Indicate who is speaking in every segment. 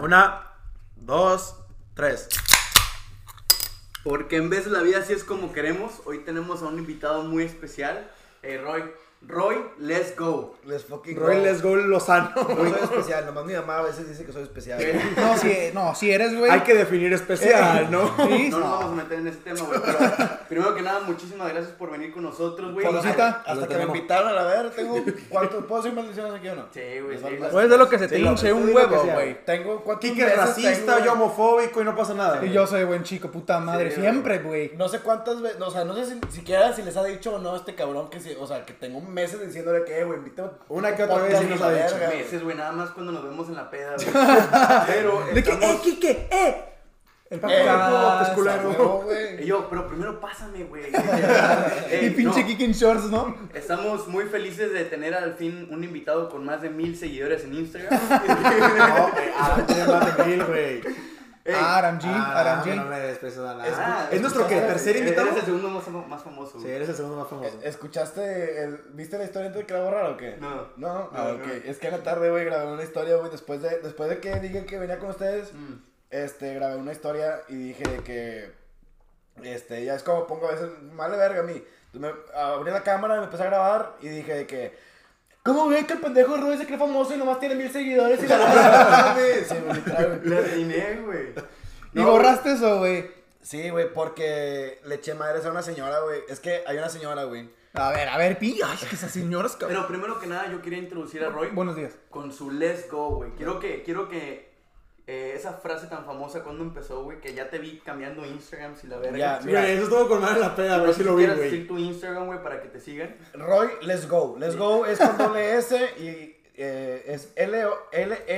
Speaker 1: Una, dos, tres.
Speaker 2: Porque en vez de la vida así es como queremos, hoy tenemos a un invitado muy especial, eh, Roy. Roy, let's go.
Speaker 3: Les fucking
Speaker 1: Roy, let's go Lozano.
Speaker 3: No soy especial, nomás mi mamá a veces dice que soy especial.
Speaker 4: No, si, no, si eres, güey.
Speaker 1: Hay que definir especial, ¿no?
Speaker 4: Sí,
Speaker 2: No nos
Speaker 4: no.
Speaker 2: vamos a meter en ese tema, güey. pero primero que nada, muchísimas gracias por venir con nosotros, güey.
Speaker 3: Famosita,
Speaker 1: Lo
Speaker 3: hasta que me
Speaker 1: tenemos.
Speaker 3: invitaron a la ver, tengo cuántos, ¿puedo decir maldiciones aquí o no?
Speaker 2: Sí, güey, sí,
Speaker 3: Les vale
Speaker 2: las-
Speaker 3: madre.
Speaker 4: Puedes Pues de lo que se te
Speaker 3: Sí, lo
Speaker 4: hinche
Speaker 3: que-
Speaker 4: un
Speaker 3: sí, lo que
Speaker 4: huevo,
Speaker 3: sea.
Speaker 4: güey.
Speaker 3: Tengo cuántos
Speaker 1: Quique es
Speaker 3: meses
Speaker 1: racista,
Speaker 3: tengo,
Speaker 1: yo homofóbico y no pasa nada.
Speaker 4: Y yo soy buen chico, puta madre.
Speaker 2: Sí,
Speaker 4: siempre, güey.
Speaker 3: No sé cuántas veces, o sea, no sé si, siquiera si les ha dicho o no a este cabrón que sí, o sea, que tengo meses diciéndole que, eh, güey, invítame.
Speaker 1: Una que otra vez
Speaker 3: podcast
Speaker 1: sí nos
Speaker 3: y la
Speaker 1: ha dicho.
Speaker 3: verga, güey.
Speaker 2: meses, güey, nada más cuando nos vemos en la peda, güey. Pero estamos...
Speaker 4: Kike, eh! El papá.
Speaker 3: Eh,
Speaker 1: no, pues,
Speaker 3: Claro,
Speaker 1: culero.
Speaker 3: güey.
Speaker 2: Y yo, pero primero pásame, güey.
Speaker 4: y
Speaker 2: Eh,
Speaker 4: pinche
Speaker 2: no.
Speaker 4: Kike en shorts, ¿no?
Speaker 2: Estamos muy felices de tener al fin un invitado con más de mil seguidores en Instagram. Eh,
Speaker 1: No, güey, ah, tiene más de mil, güey.
Speaker 2: Ey,
Speaker 4: Ah, Aramji,
Speaker 1: Ah,
Speaker 4: Aramji.
Speaker 1: No me desprecies a
Speaker 2: Ah,
Speaker 1: nada. ¿Es nuestro qué? ¿Tercer
Speaker 2: eres
Speaker 1: invitado?
Speaker 2: el segundo más, famo- más famoso.
Speaker 1: Sí,
Speaker 2: güey.
Speaker 1: eres el segundo más famoso.
Speaker 3: E, ¿Escuchaste el, viste la historia antes de que la borrara o qué?
Speaker 2: No.
Speaker 3: No,
Speaker 2: No,
Speaker 3: ah, ok.
Speaker 2: no.
Speaker 3: Es que en la tarde, güey, grabé una historia, güey, después de, después de que dije que venía con ustedes,
Speaker 2: Mm.
Speaker 3: este, grabé una historia y dije de que, este, ya es como pongo a veces, mala verga a mí. Entonces me abrí la cámara, me empecé a grabar y dije de que, ¿cómo ve que el pendejo Ruiz se cree famoso y nomás tiene mil seguidores? Y la sí, güey, literal, güey.
Speaker 2: Le atiné, güey.
Speaker 4: y
Speaker 2: No,
Speaker 4: borraste eso, güey.
Speaker 3: Sí, güey, porque le eché madres a una señora, güey. Es que hay una señora, güey.
Speaker 4: A ver, a ver, pi. Ay, que esas señoras, cabrón.
Speaker 2: Pero primero que nada, yo quería introducir a Roy
Speaker 4: Buenos días.
Speaker 2: con su Let's Go, güey. Quiero que, quiero que eh, esa frase tan famosa cuando empezó, güey, que ya te vi cambiando Instagram, si la verga.
Speaker 3: Ya,
Speaker 2: Si
Speaker 3: mira.
Speaker 1: Güey, eso estuvo con madre la peda, a ver si lo vi,
Speaker 2: quieres
Speaker 1: güey.
Speaker 2: decir tu Instagram, güey, para que te sigan.
Speaker 3: Roy, let's go. Let's go es con doble S y eh, es E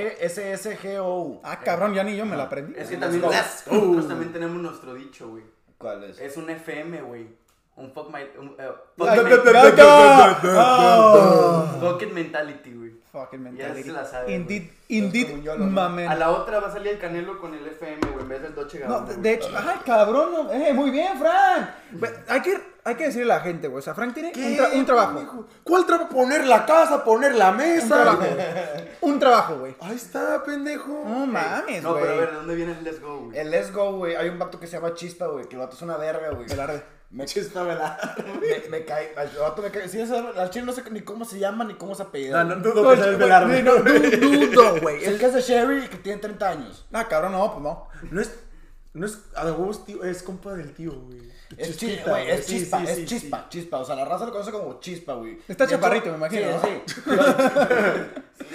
Speaker 3: L-E-S-S-G-O-U.
Speaker 4: Ah, cabrón, ya ni yo me la aprendí.
Speaker 2: Es que también,
Speaker 3: go.
Speaker 1: Uh.
Speaker 2: nosotros también tenemos nuestro dicho, güey.
Speaker 3: ¿Cuál es?
Speaker 2: Es un FM, güey. Un fuck my. Un, eh, fuck
Speaker 4: Ay,
Speaker 2: my-
Speaker 4: me- ¡Gato! ¡Oh!
Speaker 2: fuck it mentality, güey.
Speaker 4: Fucking
Speaker 2: Ya
Speaker 4: mentality.
Speaker 2: se la sabe.
Speaker 4: Indeed,
Speaker 3: Como
Speaker 4: indeed,
Speaker 3: yo, ¿no?
Speaker 2: güey. A
Speaker 4: mamen.
Speaker 2: la otra va a salir el Canelo con el FM, güey, en vez del Doche
Speaker 4: No,
Speaker 2: Gabbana,
Speaker 4: de,
Speaker 2: güey.
Speaker 4: de hecho, ay, cabrón, no, eh, muy bien, Frank. Ve, Hay que, hay que decirle a la gente, güey, o sea, Frank tiene un, tra- un trabajo,
Speaker 1: pendejo? ¿Cuál trabajo? Poner la casa, poner la
Speaker 4: un
Speaker 1: mesa.
Speaker 4: trabajo, Ah. un trabajo, güey.
Speaker 1: Ahí está, pendejo.
Speaker 4: No mames,
Speaker 2: No, pero a ver,
Speaker 4: güey.
Speaker 2: ¿de dónde viene el Let's Go, güey?
Speaker 3: El let's go, güey. Hay un vato que se llama Chispa, güey. Que el vato es una verga, güey.
Speaker 4: Velarde.
Speaker 3: Me chispa, ¿verdad? Me, me cae. El vato me cae. Sí, ese- al chile no sé ni cómo se llama ni cómo se apellida.
Speaker 1: No, no
Speaker 3: güey.
Speaker 1: dudo que sabes velarme.
Speaker 4: No, du- dudo, güey.
Speaker 3: Es el que es de Sherry y que tiene 30 años.
Speaker 4: Ah, cabrón, no, pues no.
Speaker 1: No es. No es. A de huevos, tío. Es compa del tío, güey.
Speaker 3: Es, chi-
Speaker 1: Chispita,
Speaker 3: güey, es
Speaker 1: sí,
Speaker 3: chispa,
Speaker 1: sí,
Speaker 3: es
Speaker 1: sí,
Speaker 3: chispa, chispa. O sea, la raza lo conoce como chispa, güey.
Speaker 4: Está
Speaker 3: De hecho,
Speaker 4: chaparrito, me imagino,
Speaker 3: Sí, sí.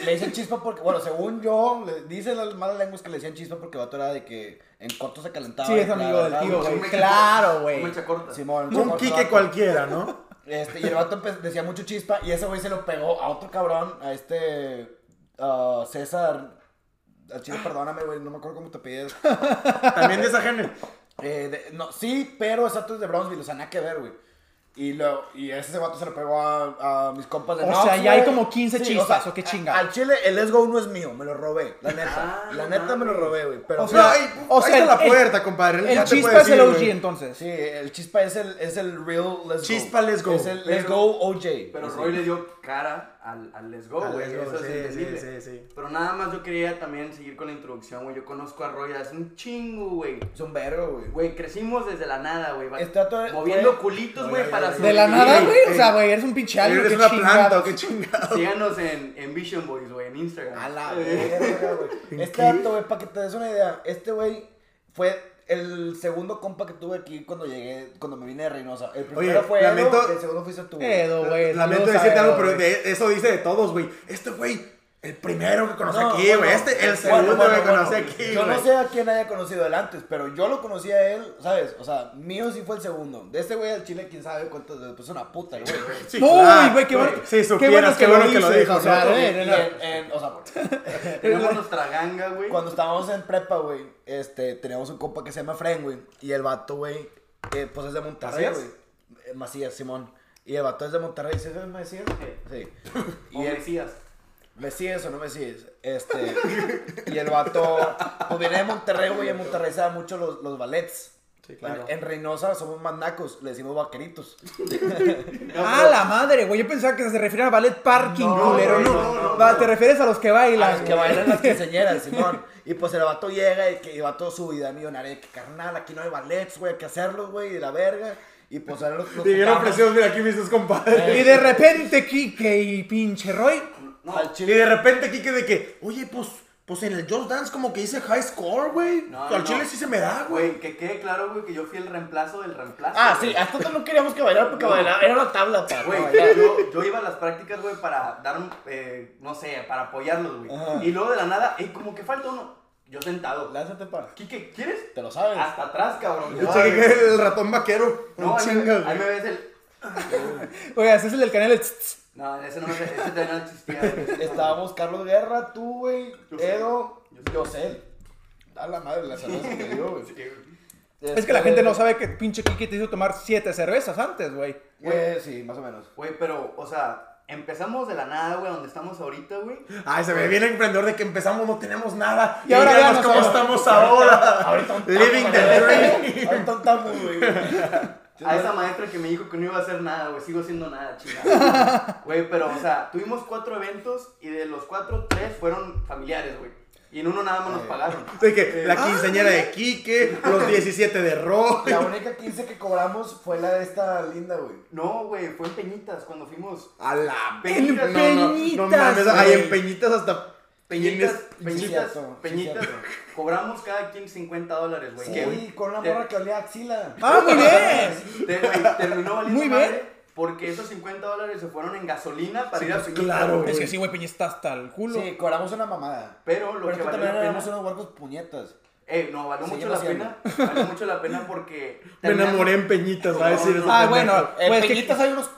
Speaker 3: le dicen chispa porque, bueno, según yo, le dicen las malas lenguas que le decían chispa porque el vato era de que en corto se calentaba.
Speaker 4: Sí,
Speaker 3: y
Speaker 4: es
Speaker 3: bla,
Speaker 4: amigo
Speaker 3: bla,
Speaker 4: del
Speaker 3: bla,
Speaker 4: tío,
Speaker 3: bla.
Speaker 4: güey.
Speaker 2: mecha-
Speaker 4: Claro, güey.
Speaker 2: Un mecha corta.
Speaker 3: Simón,
Speaker 1: sí. Un
Speaker 3: corto,
Speaker 1: Quique
Speaker 3: vato.
Speaker 1: cualquiera, ¿no?
Speaker 3: Este, y el vato empe- decía mucho chispa y ese güey se lo pegó a otro cabrón, a este ah, César. Al
Speaker 4: Ah.
Speaker 3: chile, perdóname, güey, no me acuerdo cómo te pides.
Speaker 1: También de esa gente.
Speaker 3: Eh, de- no, sí, pero es Santos de Brownsville, o sea, nada que ver, güey. Y, lo, y ese vato se lo pegó a, a mis compas de
Speaker 4: O
Speaker 3: Knox,
Speaker 4: sea, ya
Speaker 3: güey.
Speaker 4: hay como 15 chispas, ¿o qué
Speaker 3: a-
Speaker 4: chingado?
Speaker 3: Al chile, el Let's Go no es mío, me lo robé, la neta.
Speaker 2: Ah,
Speaker 3: la neta me lo robé, güey. Pero
Speaker 4: O
Speaker 3: sí,
Speaker 4: sea,
Speaker 1: No, ahí-
Speaker 4: o
Speaker 1: ahí
Speaker 4: sea,
Speaker 1: está la
Speaker 4: el-
Speaker 1: puerta, compadre. él ya
Speaker 4: El
Speaker 1: te puede
Speaker 4: chispa es
Speaker 1: decir,
Speaker 4: el OG,
Speaker 1: güey.
Speaker 4: entonces.
Speaker 3: sí, el chispa es el, es el real Let's
Speaker 1: Chispa
Speaker 3: Go.
Speaker 1: Let's Go.
Speaker 3: Es el Let's
Speaker 2: Pero-
Speaker 3: Go OJ.
Speaker 2: Pero
Speaker 3: Sí.
Speaker 2: Roy le dio cara al, al Let's Go,
Speaker 3: Oh,
Speaker 1: Al
Speaker 2: güey.
Speaker 1: Let's Go,
Speaker 2: Eso es
Speaker 1: sí,
Speaker 2: entendible.
Speaker 1: sí, sí, sí.
Speaker 2: Pero nada más yo quería también seguir con la introducción, güey. Yo conozco a Roy hace un chingo, güey.
Speaker 3: Es un vergo, güey.
Speaker 2: Güey, crecimos desde la nada, güey. va-
Speaker 3: Este vato,
Speaker 2: Moviendo
Speaker 3: güey,
Speaker 2: culitos,
Speaker 1: no,
Speaker 2: güey,
Speaker 1: ya, ya,
Speaker 2: para
Speaker 1: ya.
Speaker 4: De la
Speaker 2: sobrevivir.
Speaker 4: nada, güey, o
Speaker 1: Ey,
Speaker 4: sea, güey, eres un pinche algo,
Speaker 1: Eres
Speaker 4: qué
Speaker 1: una planta,
Speaker 4: chingado.
Speaker 1: o qué chingado.
Speaker 2: Síganos en, en Vision Boys, güey, en Instagram.
Speaker 3: A la
Speaker 2: Eh,
Speaker 3: verga, güey. Este dato, güey, para que te des una idea, este güey fue el segundo compa que tuve aquí cuando llegué, cuando me vine de Reynosa. El primero
Speaker 1: Oye,
Speaker 3: fue Edo,
Speaker 1: lamento-
Speaker 3: el segundo fuiste tú. güey.
Speaker 4: Edo, güey.
Speaker 1: Lamento
Speaker 4: saludos a
Speaker 1: decirte algo,
Speaker 4: Edo,
Speaker 1: pero
Speaker 4: güey.
Speaker 1: de- eso dice de todos, güey. Este güey, el primero que conoce
Speaker 3: No,
Speaker 1: aquí,
Speaker 3: bueno,
Speaker 1: güey. Este, el
Speaker 3: bueno,
Speaker 1: segundo
Speaker 3: bueno,
Speaker 1: que conoce
Speaker 3: bueno.
Speaker 1: aquí,
Speaker 3: Yo
Speaker 1: güey.
Speaker 3: no sé a quién haya conocido él antes, pero yo lo conocí a él, ¿sabes? O sea, mío sí fue el segundo. De este güey al chile, quién sabe cuánto, pues una puta, güey.
Speaker 1: Sí,
Speaker 4: Uy,
Speaker 1: claro,
Speaker 4: güey, qué bueno-
Speaker 1: Sí,
Speaker 4: qué
Speaker 1: supieras, qué bueno que lo
Speaker 4: dices,
Speaker 1: dijo.
Speaker 4: o sea,
Speaker 1: ¿no?
Speaker 4: eh.
Speaker 3: Y en- en- o sea,
Speaker 2: Tenemos nuestra ganga, güey.
Speaker 3: Cuando estábamos en prepa, güey, este, teníamos un compa que se llama Fren, güey. Y el vato, güey, eh, pues es de Monterrey,
Speaker 1: ¿Macías?
Speaker 3: güey. Eh, Macías, Simón. Y el vato es de Monterrey, ¿sí es Macías?
Speaker 2: Eh,
Speaker 3: Sí.
Speaker 2: O
Speaker 3: Y él,
Speaker 2: Mesías.
Speaker 3: ¿me sigues o no me sigues? Este, y el vato, pues viene de Monterrey, güey, en Monterrey se dan mucho los, los ballets.
Speaker 1: Sí, claro.
Speaker 3: En, en Reynosa somos mandacos, le decimos vaqueritos.
Speaker 4: Ah, la madre, güey. Yo pensaba que se refería al ballet parking,
Speaker 2: No,
Speaker 4: culero.
Speaker 2: güey,
Speaker 4: No,
Speaker 2: no, no,
Speaker 4: Va,
Speaker 2: no.
Speaker 4: te refieres a los que bailan.
Speaker 3: A los que
Speaker 4: güey.
Speaker 3: bailan las quinceañeras, Simón. Y pues el vato llega y que el vato su vida millonaria. de Que carnal, aquí no hay ballets, güey, hay que hacerlos, güey, de la verga. Y pues ahora los, los
Speaker 1: Dijeron
Speaker 3: tocamos.
Speaker 1: precios, mira aquí mis dos compadres.
Speaker 4: Y de repente Kike y pinche Roy.
Speaker 2: No,
Speaker 3: Al
Speaker 1: Y
Speaker 3: chile.
Speaker 1: de repente Kike de que, oye, pues, pues en el Just Dance como que hice high score, güey.
Speaker 2: no,
Speaker 1: Al
Speaker 2: no.
Speaker 1: chile sí se me da, güey.
Speaker 2: Güey, que quede claro, güey, que yo fui el reemplazo del reemplazo.
Speaker 3: Ah,
Speaker 2: güey.
Speaker 3: sí, Ah, hasta nosotros no queríamos que bailara porque bailar era la tabla, para
Speaker 2: Güey,
Speaker 3: bailar.
Speaker 2: yo, yo iba a las prácticas, güey, para dar un, eh, no sé, para apoyarlos, güey.
Speaker 3: Ajá.
Speaker 2: Y luego de la nada, ey, como que falta uno. Yo sentado.
Speaker 3: Lánzate para.
Speaker 2: Quique, ¿quieres?
Speaker 3: Te lo sabes.
Speaker 2: Hasta atrás, cabrón.
Speaker 1: Pinche
Speaker 2: Ay,
Speaker 1: Kike, el ratón vaquero.
Speaker 2: No,
Speaker 1: No,
Speaker 2: ahí me,
Speaker 1: chingas,
Speaker 2: ahí me
Speaker 1: güey.
Speaker 2: ves el...
Speaker 4: Oye, ese es el del canal. el tss, tss.
Speaker 2: No, ese no me ese todavía no existía. güey.
Speaker 3: Estábamos Carlos Guerra, tú, güey,
Speaker 2: Yosel.
Speaker 3: Edo,
Speaker 2: Yosel.
Speaker 3: Yosel. A la madre, la cerveza que dio, güey. Este,
Speaker 2: Sí, güey.
Speaker 4: Es que la gente no sabe que pinche Kike te hizo tomar siete cervezas antes, güey.
Speaker 3: Güey, sí, más o menos.
Speaker 2: Güey, pero, o sea, empezamos de la nada, güey, donde estamos ahorita, güey.
Speaker 1: Ay, se me viene el emprendedor de que empezamos, no tenemos nada.
Speaker 4: Y ahora
Speaker 1: Míranos
Speaker 4: veamos
Speaker 1: cómo
Speaker 4: ahora.
Speaker 1: estamos ahora. Living the dream.
Speaker 3: Ahorita estamos, güey.
Speaker 2: A esa maestra que me dijo que no iba a hacer nada, güey, sigo haciendo nada, chingada. Güey, pero, o sea, tuvimos cuatro eventos y de los cuatro, tres fueron familiares, güey. Y en uno nada más nos pagaron.
Speaker 1: De que
Speaker 2: Eh,
Speaker 1: la quinceañera de Quique, los 17 de Roy.
Speaker 3: La única 15 que cobramos fue la de esta linda, güey.
Speaker 2: No, güey, fue en Peñitas cuando fuimos.
Speaker 1: A la
Speaker 2: En
Speaker 1: no, no, no mames,
Speaker 4: Peñitas,
Speaker 1: ahí
Speaker 4: güey.
Speaker 1: en Peñitas hasta
Speaker 2: Peñitas,
Speaker 1: tienes-
Speaker 2: Peñitas,
Speaker 3: cierto, sí,
Speaker 2: Peñitas.
Speaker 3: cierto.
Speaker 2: Cobramos cada quien 50 dólares, güey. que, güey,
Speaker 3: Sí, con una
Speaker 2: te-
Speaker 3: morra que olía a axila.
Speaker 4: ¡Ah, muy bien!
Speaker 2: te- güey, terminó valiendo
Speaker 4: Muy
Speaker 2: madre
Speaker 4: bien.
Speaker 2: Porque esos 50 dólares se fueron en gasolina para
Speaker 1: Sí,
Speaker 2: ir a
Speaker 1: pues,
Speaker 2: Peñitas.
Speaker 1: claro,
Speaker 2: güey.
Speaker 4: Es que sí, güey, Peña está hasta el culo.
Speaker 3: Sí, cobramos una mamada.
Speaker 2: Pero lo
Speaker 3: Pero es
Speaker 2: que
Speaker 3: que
Speaker 2: valió
Speaker 3: también
Speaker 2: la
Speaker 3: éramos
Speaker 2: pena.
Speaker 3: unos huercos puñetas.
Speaker 2: Eh, no, valió
Speaker 3: Sí,
Speaker 2: mucho
Speaker 3: yo
Speaker 2: la
Speaker 3: lo
Speaker 2: pena. Valió mucho la pena porque.
Speaker 1: Me enamoré en Peñitas, va a decir
Speaker 2: No,
Speaker 1: eso.
Speaker 2: no,
Speaker 4: Ah, bueno,
Speaker 3: En
Speaker 4: pues que-
Speaker 3: Peñitas hay unos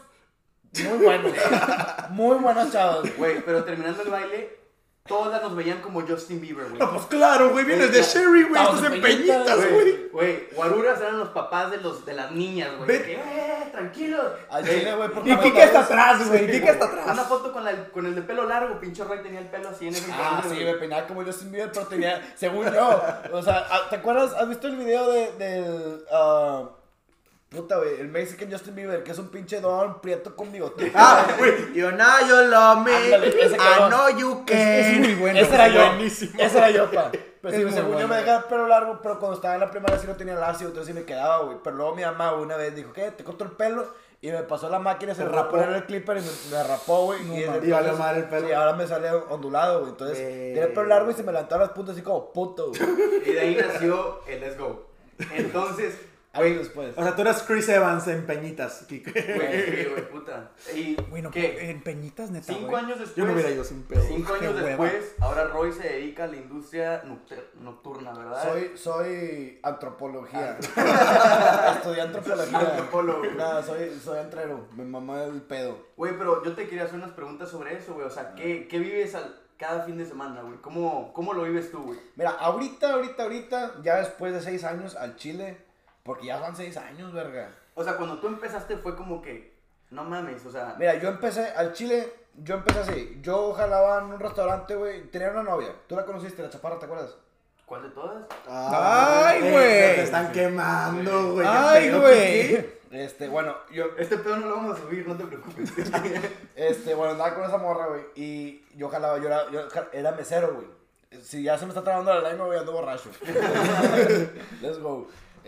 Speaker 3: muy buenos. muy buenos chavos.
Speaker 2: Güey, pero terminando el baile, todas nos veían como Justin Bieber, güey.
Speaker 1: No, pues claro, güey, vienes de Sherry, güey,
Speaker 3: Estamos
Speaker 1: estás en
Speaker 3: en Peñitas,
Speaker 1: Peñitas, güey.
Speaker 2: Güey, guaruras eran los papás de, los, de las niñas, güey.
Speaker 1: Ve-
Speaker 2: Que, eh, tranquilos.
Speaker 3: Al
Speaker 2: Güey,
Speaker 3: chile, güey, por
Speaker 4: Y
Speaker 3: favor,
Speaker 4: Kike está
Speaker 3: todos-
Speaker 4: atrás, güey. Kike está
Speaker 2: Una
Speaker 4: atrás.
Speaker 2: foto con, la, con el de pelo largo, pinche Roy tenía el pelo así en ese
Speaker 3: Ah,
Speaker 2: grande,
Speaker 3: sí,
Speaker 2: güey.
Speaker 3: me peinaba como Justin Bieber, pero tenía, según yo, o sea, ah, ¿te acuerdas? ¿Has visto el video de, del, ah, puta, güey, el Mexican Justin Bigger, que es un pinche don prieto con bigote?
Speaker 1: Ah, güey. You know you love me.
Speaker 3: Ándale, ese
Speaker 1: I
Speaker 3: cabrón.
Speaker 1: know you can.
Speaker 4: Es- es muy bueno.
Speaker 3: Ese era yo,
Speaker 1: buenísimo.
Speaker 3: ese era yo, pa. Pero
Speaker 4: Es
Speaker 3: sí,
Speaker 4: muy
Speaker 3: según yo
Speaker 4: bueno.
Speaker 3: me dejaba el pelo largo, pero cuando estaba en la primaria sí no tenía lacio, entonces sí me quedaba, güey. Pero luego mi mamá una vez dijo, ¿qué? Te corto el pelo. Y me pasó la máquina, se
Speaker 1: Te
Speaker 3: rapó
Speaker 1: rapó.
Speaker 3: en el clipper y me, me rapó, güey.
Speaker 4: No,
Speaker 3: y,
Speaker 4: mames.
Speaker 1: Y valió madre el pelo.
Speaker 3: Y ahora me sale ondulado, güey. Entonces,
Speaker 1: Ve.
Speaker 3: tenía el pelo largo y se me levantaron las puntas así como puto, güey.
Speaker 2: Y de ahí nació el Let's Go. Entonces,
Speaker 3: Ahí después.
Speaker 1: O sea, tú eras Chris Evans en Peñitas, Kike.
Speaker 2: güey, sí, güey, puta. Y,
Speaker 4: Güey, no,
Speaker 2: ¿qué?
Speaker 4: en Peñitas, neta,
Speaker 2: Cinco
Speaker 4: güey.
Speaker 2: años después.
Speaker 1: eh, Yo no hubiera ido sin pedo.
Speaker 2: Cinco
Speaker 4: Qué
Speaker 2: años
Speaker 4: hueva.
Speaker 2: después, ahora Roy se dedica a la industria nucter- nocturna, ¿verdad?
Speaker 3: Soy, soy antropología. Ah. Estudié antropología.
Speaker 2: Antropólogo.
Speaker 3: Nada, soy, soy entrero. Mi mamá el pedo.
Speaker 2: Güey, pero yo te quería hacer unas preguntas sobre eso, güey. O sea, ¿qué, qué vives al- cada fin de semana, güey? ¿Cómo, ¿Cómo lo vives tú, güey?
Speaker 3: Mira, ahorita, ahorita, ahorita, ya después de seis años al Chile, porque ya van seis años, verga.
Speaker 2: O sea, cuando tú empezaste fue como que, no mames, o sea,
Speaker 3: Mira, yo empecé al Chile, yo empecé así. Yo jalaba en un restaurante, güey. Tenía una novia. Tú la conociste, la chaparra, ¿te acuerdas?
Speaker 2: ¿cuál de todas?
Speaker 4: Ay,
Speaker 1: Eh,
Speaker 4: güey.
Speaker 1: Te están quemando, güey. qué
Speaker 4: Ay,
Speaker 1: pedo,
Speaker 4: güey.
Speaker 1: Kike.
Speaker 3: Este, bueno, yo,
Speaker 2: Este pedo no lo vamos a subir, no te preocupes.
Speaker 3: Este, bueno, andaba con esa morra, güey. Y yo jalaba, yo era, yo ja- era mesero, güey. Si ya se me está trabando la lengua, güey, ando borracho. Let's go.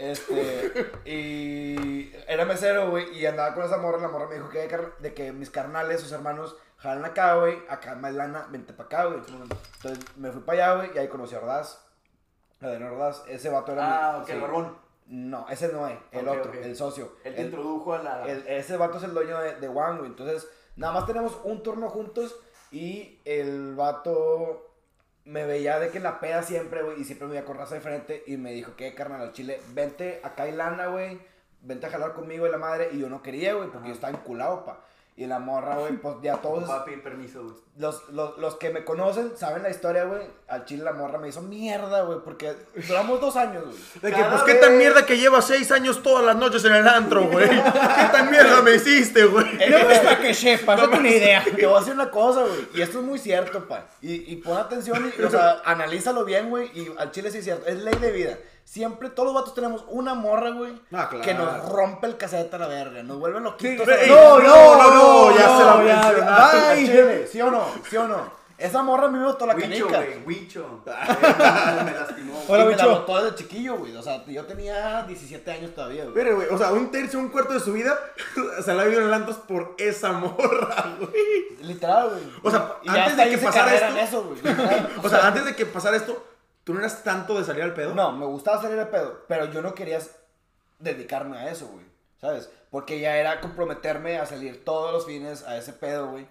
Speaker 3: Este, y era mesero, güey. Y andaba con esa morra. La morra me dijo que de, car- de que mis carnales, sus hermanos, jalan acá, güey. Acá más lana, vente para acá, güey. Entonces me fui para allá, güey. Y ahí conocí a Ordaz. Adrián Ordaz. Ese vato era.
Speaker 2: ah,
Speaker 3: mi-
Speaker 2: ok,
Speaker 3: sí.
Speaker 2: el barbón.
Speaker 3: No, ese no es. El
Speaker 2: Ok,
Speaker 3: otro,
Speaker 2: ok.
Speaker 3: el socio.
Speaker 2: Él te
Speaker 3: El-
Speaker 2: introdujo a la...
Speaker 3: el- ese vato es el dueño de, de One, güey. Entonces, nada más tenemos un turno juntos y el vato me veía de que en la peda siempre, güey, y siempre me veía con raza de frente y me dijo, ¿qué, carnal, al chile? Vente acá hay lana, güey, vente a jalar conmigo y la madre. Y yo no quería, güey, porque yo estaba enculado, pa. Y la morra, güey, pues ya todos
Speaker 2: Va a pedir permiso, güey.
Speaker 3: los, los, los que me conocen saben la historia, güey. Al chile la morra me hizo mierda, güey, porque duramos dos años, güey.
Speaker 1: De que,
Speaker 2: Cada
Speaker 1: pues, ¿qué
Speaker 2: vez.
Speaker 1: tan mierda que llevas seis años todas las noches en el antro, güey? ¿Qué tan mierda me hiciste, güey?
Speaker 4: No, pues para que sepas, no tengo ni idea.
Speaker 3: Te voy a decir una cosa, güey. Y esto es muy cierto, pa. Y, y pon atención, y, o sea, analízalo bien, güey. Y al chile sí es cierto. Es ley de vida. Siempre, todos los vatos tenemos una morra, güey.
Speaker 1: Ah, claro.
Speaker 3: Que nos rompe el casete a la verga. Nos vuelve loquitos.
Speaker 1: Sí,
Speaker 3: a la-
Speaker 1: no, no, no, ya se la
Speaker 4: ya,
Speaker 1: mencionaste.
Speaker 3: Al
Speaker 4: ay.
Speaker 3: chile, ¿Sí o no? ¿Sí o no? Esa morra a mí me botó la
Speaker 2: Huicho,
Speaker 3: canica.
Speaker 2: güey, Huicho. Eh, Me lastimó. güey.
Speaker 4: Hola,
Speaker 3: y me la
Speaker 4: Huicho.
Speaker 3: botó desde chiquillo, güey. O sea, yo tenía 17 años todavía, güey.
Speaker 1: Pero, güey, o sea, un tercio, un cuarto de su vida se la ha vivido en el antros por esa morra, güey.
Speaker 3: Literal, güey.
Speaker 1: O sea,
Speaker 3: Y ya
Speaker 1: antes
Speaker 3: hasta
Speaker 1: de
Speaker 3: ahí
Speaker 1: que
Speaker 3: hice
Speaker 1: pasara
Speaker 3: carrera en
Speaker 1: esto-
Speaker 3: eso, güey. literal.
Speaker 1: O sea, antes de que pasara esto, ¿tú no eras tanto de salir al pedo?
Speaker 3: No, me gustaba salir de pedo, pero yo no quería dedicarme a eso, güey. ¿Sabes? Porque ya era comprometerme a salir todos los fines a ese pedo, güey. a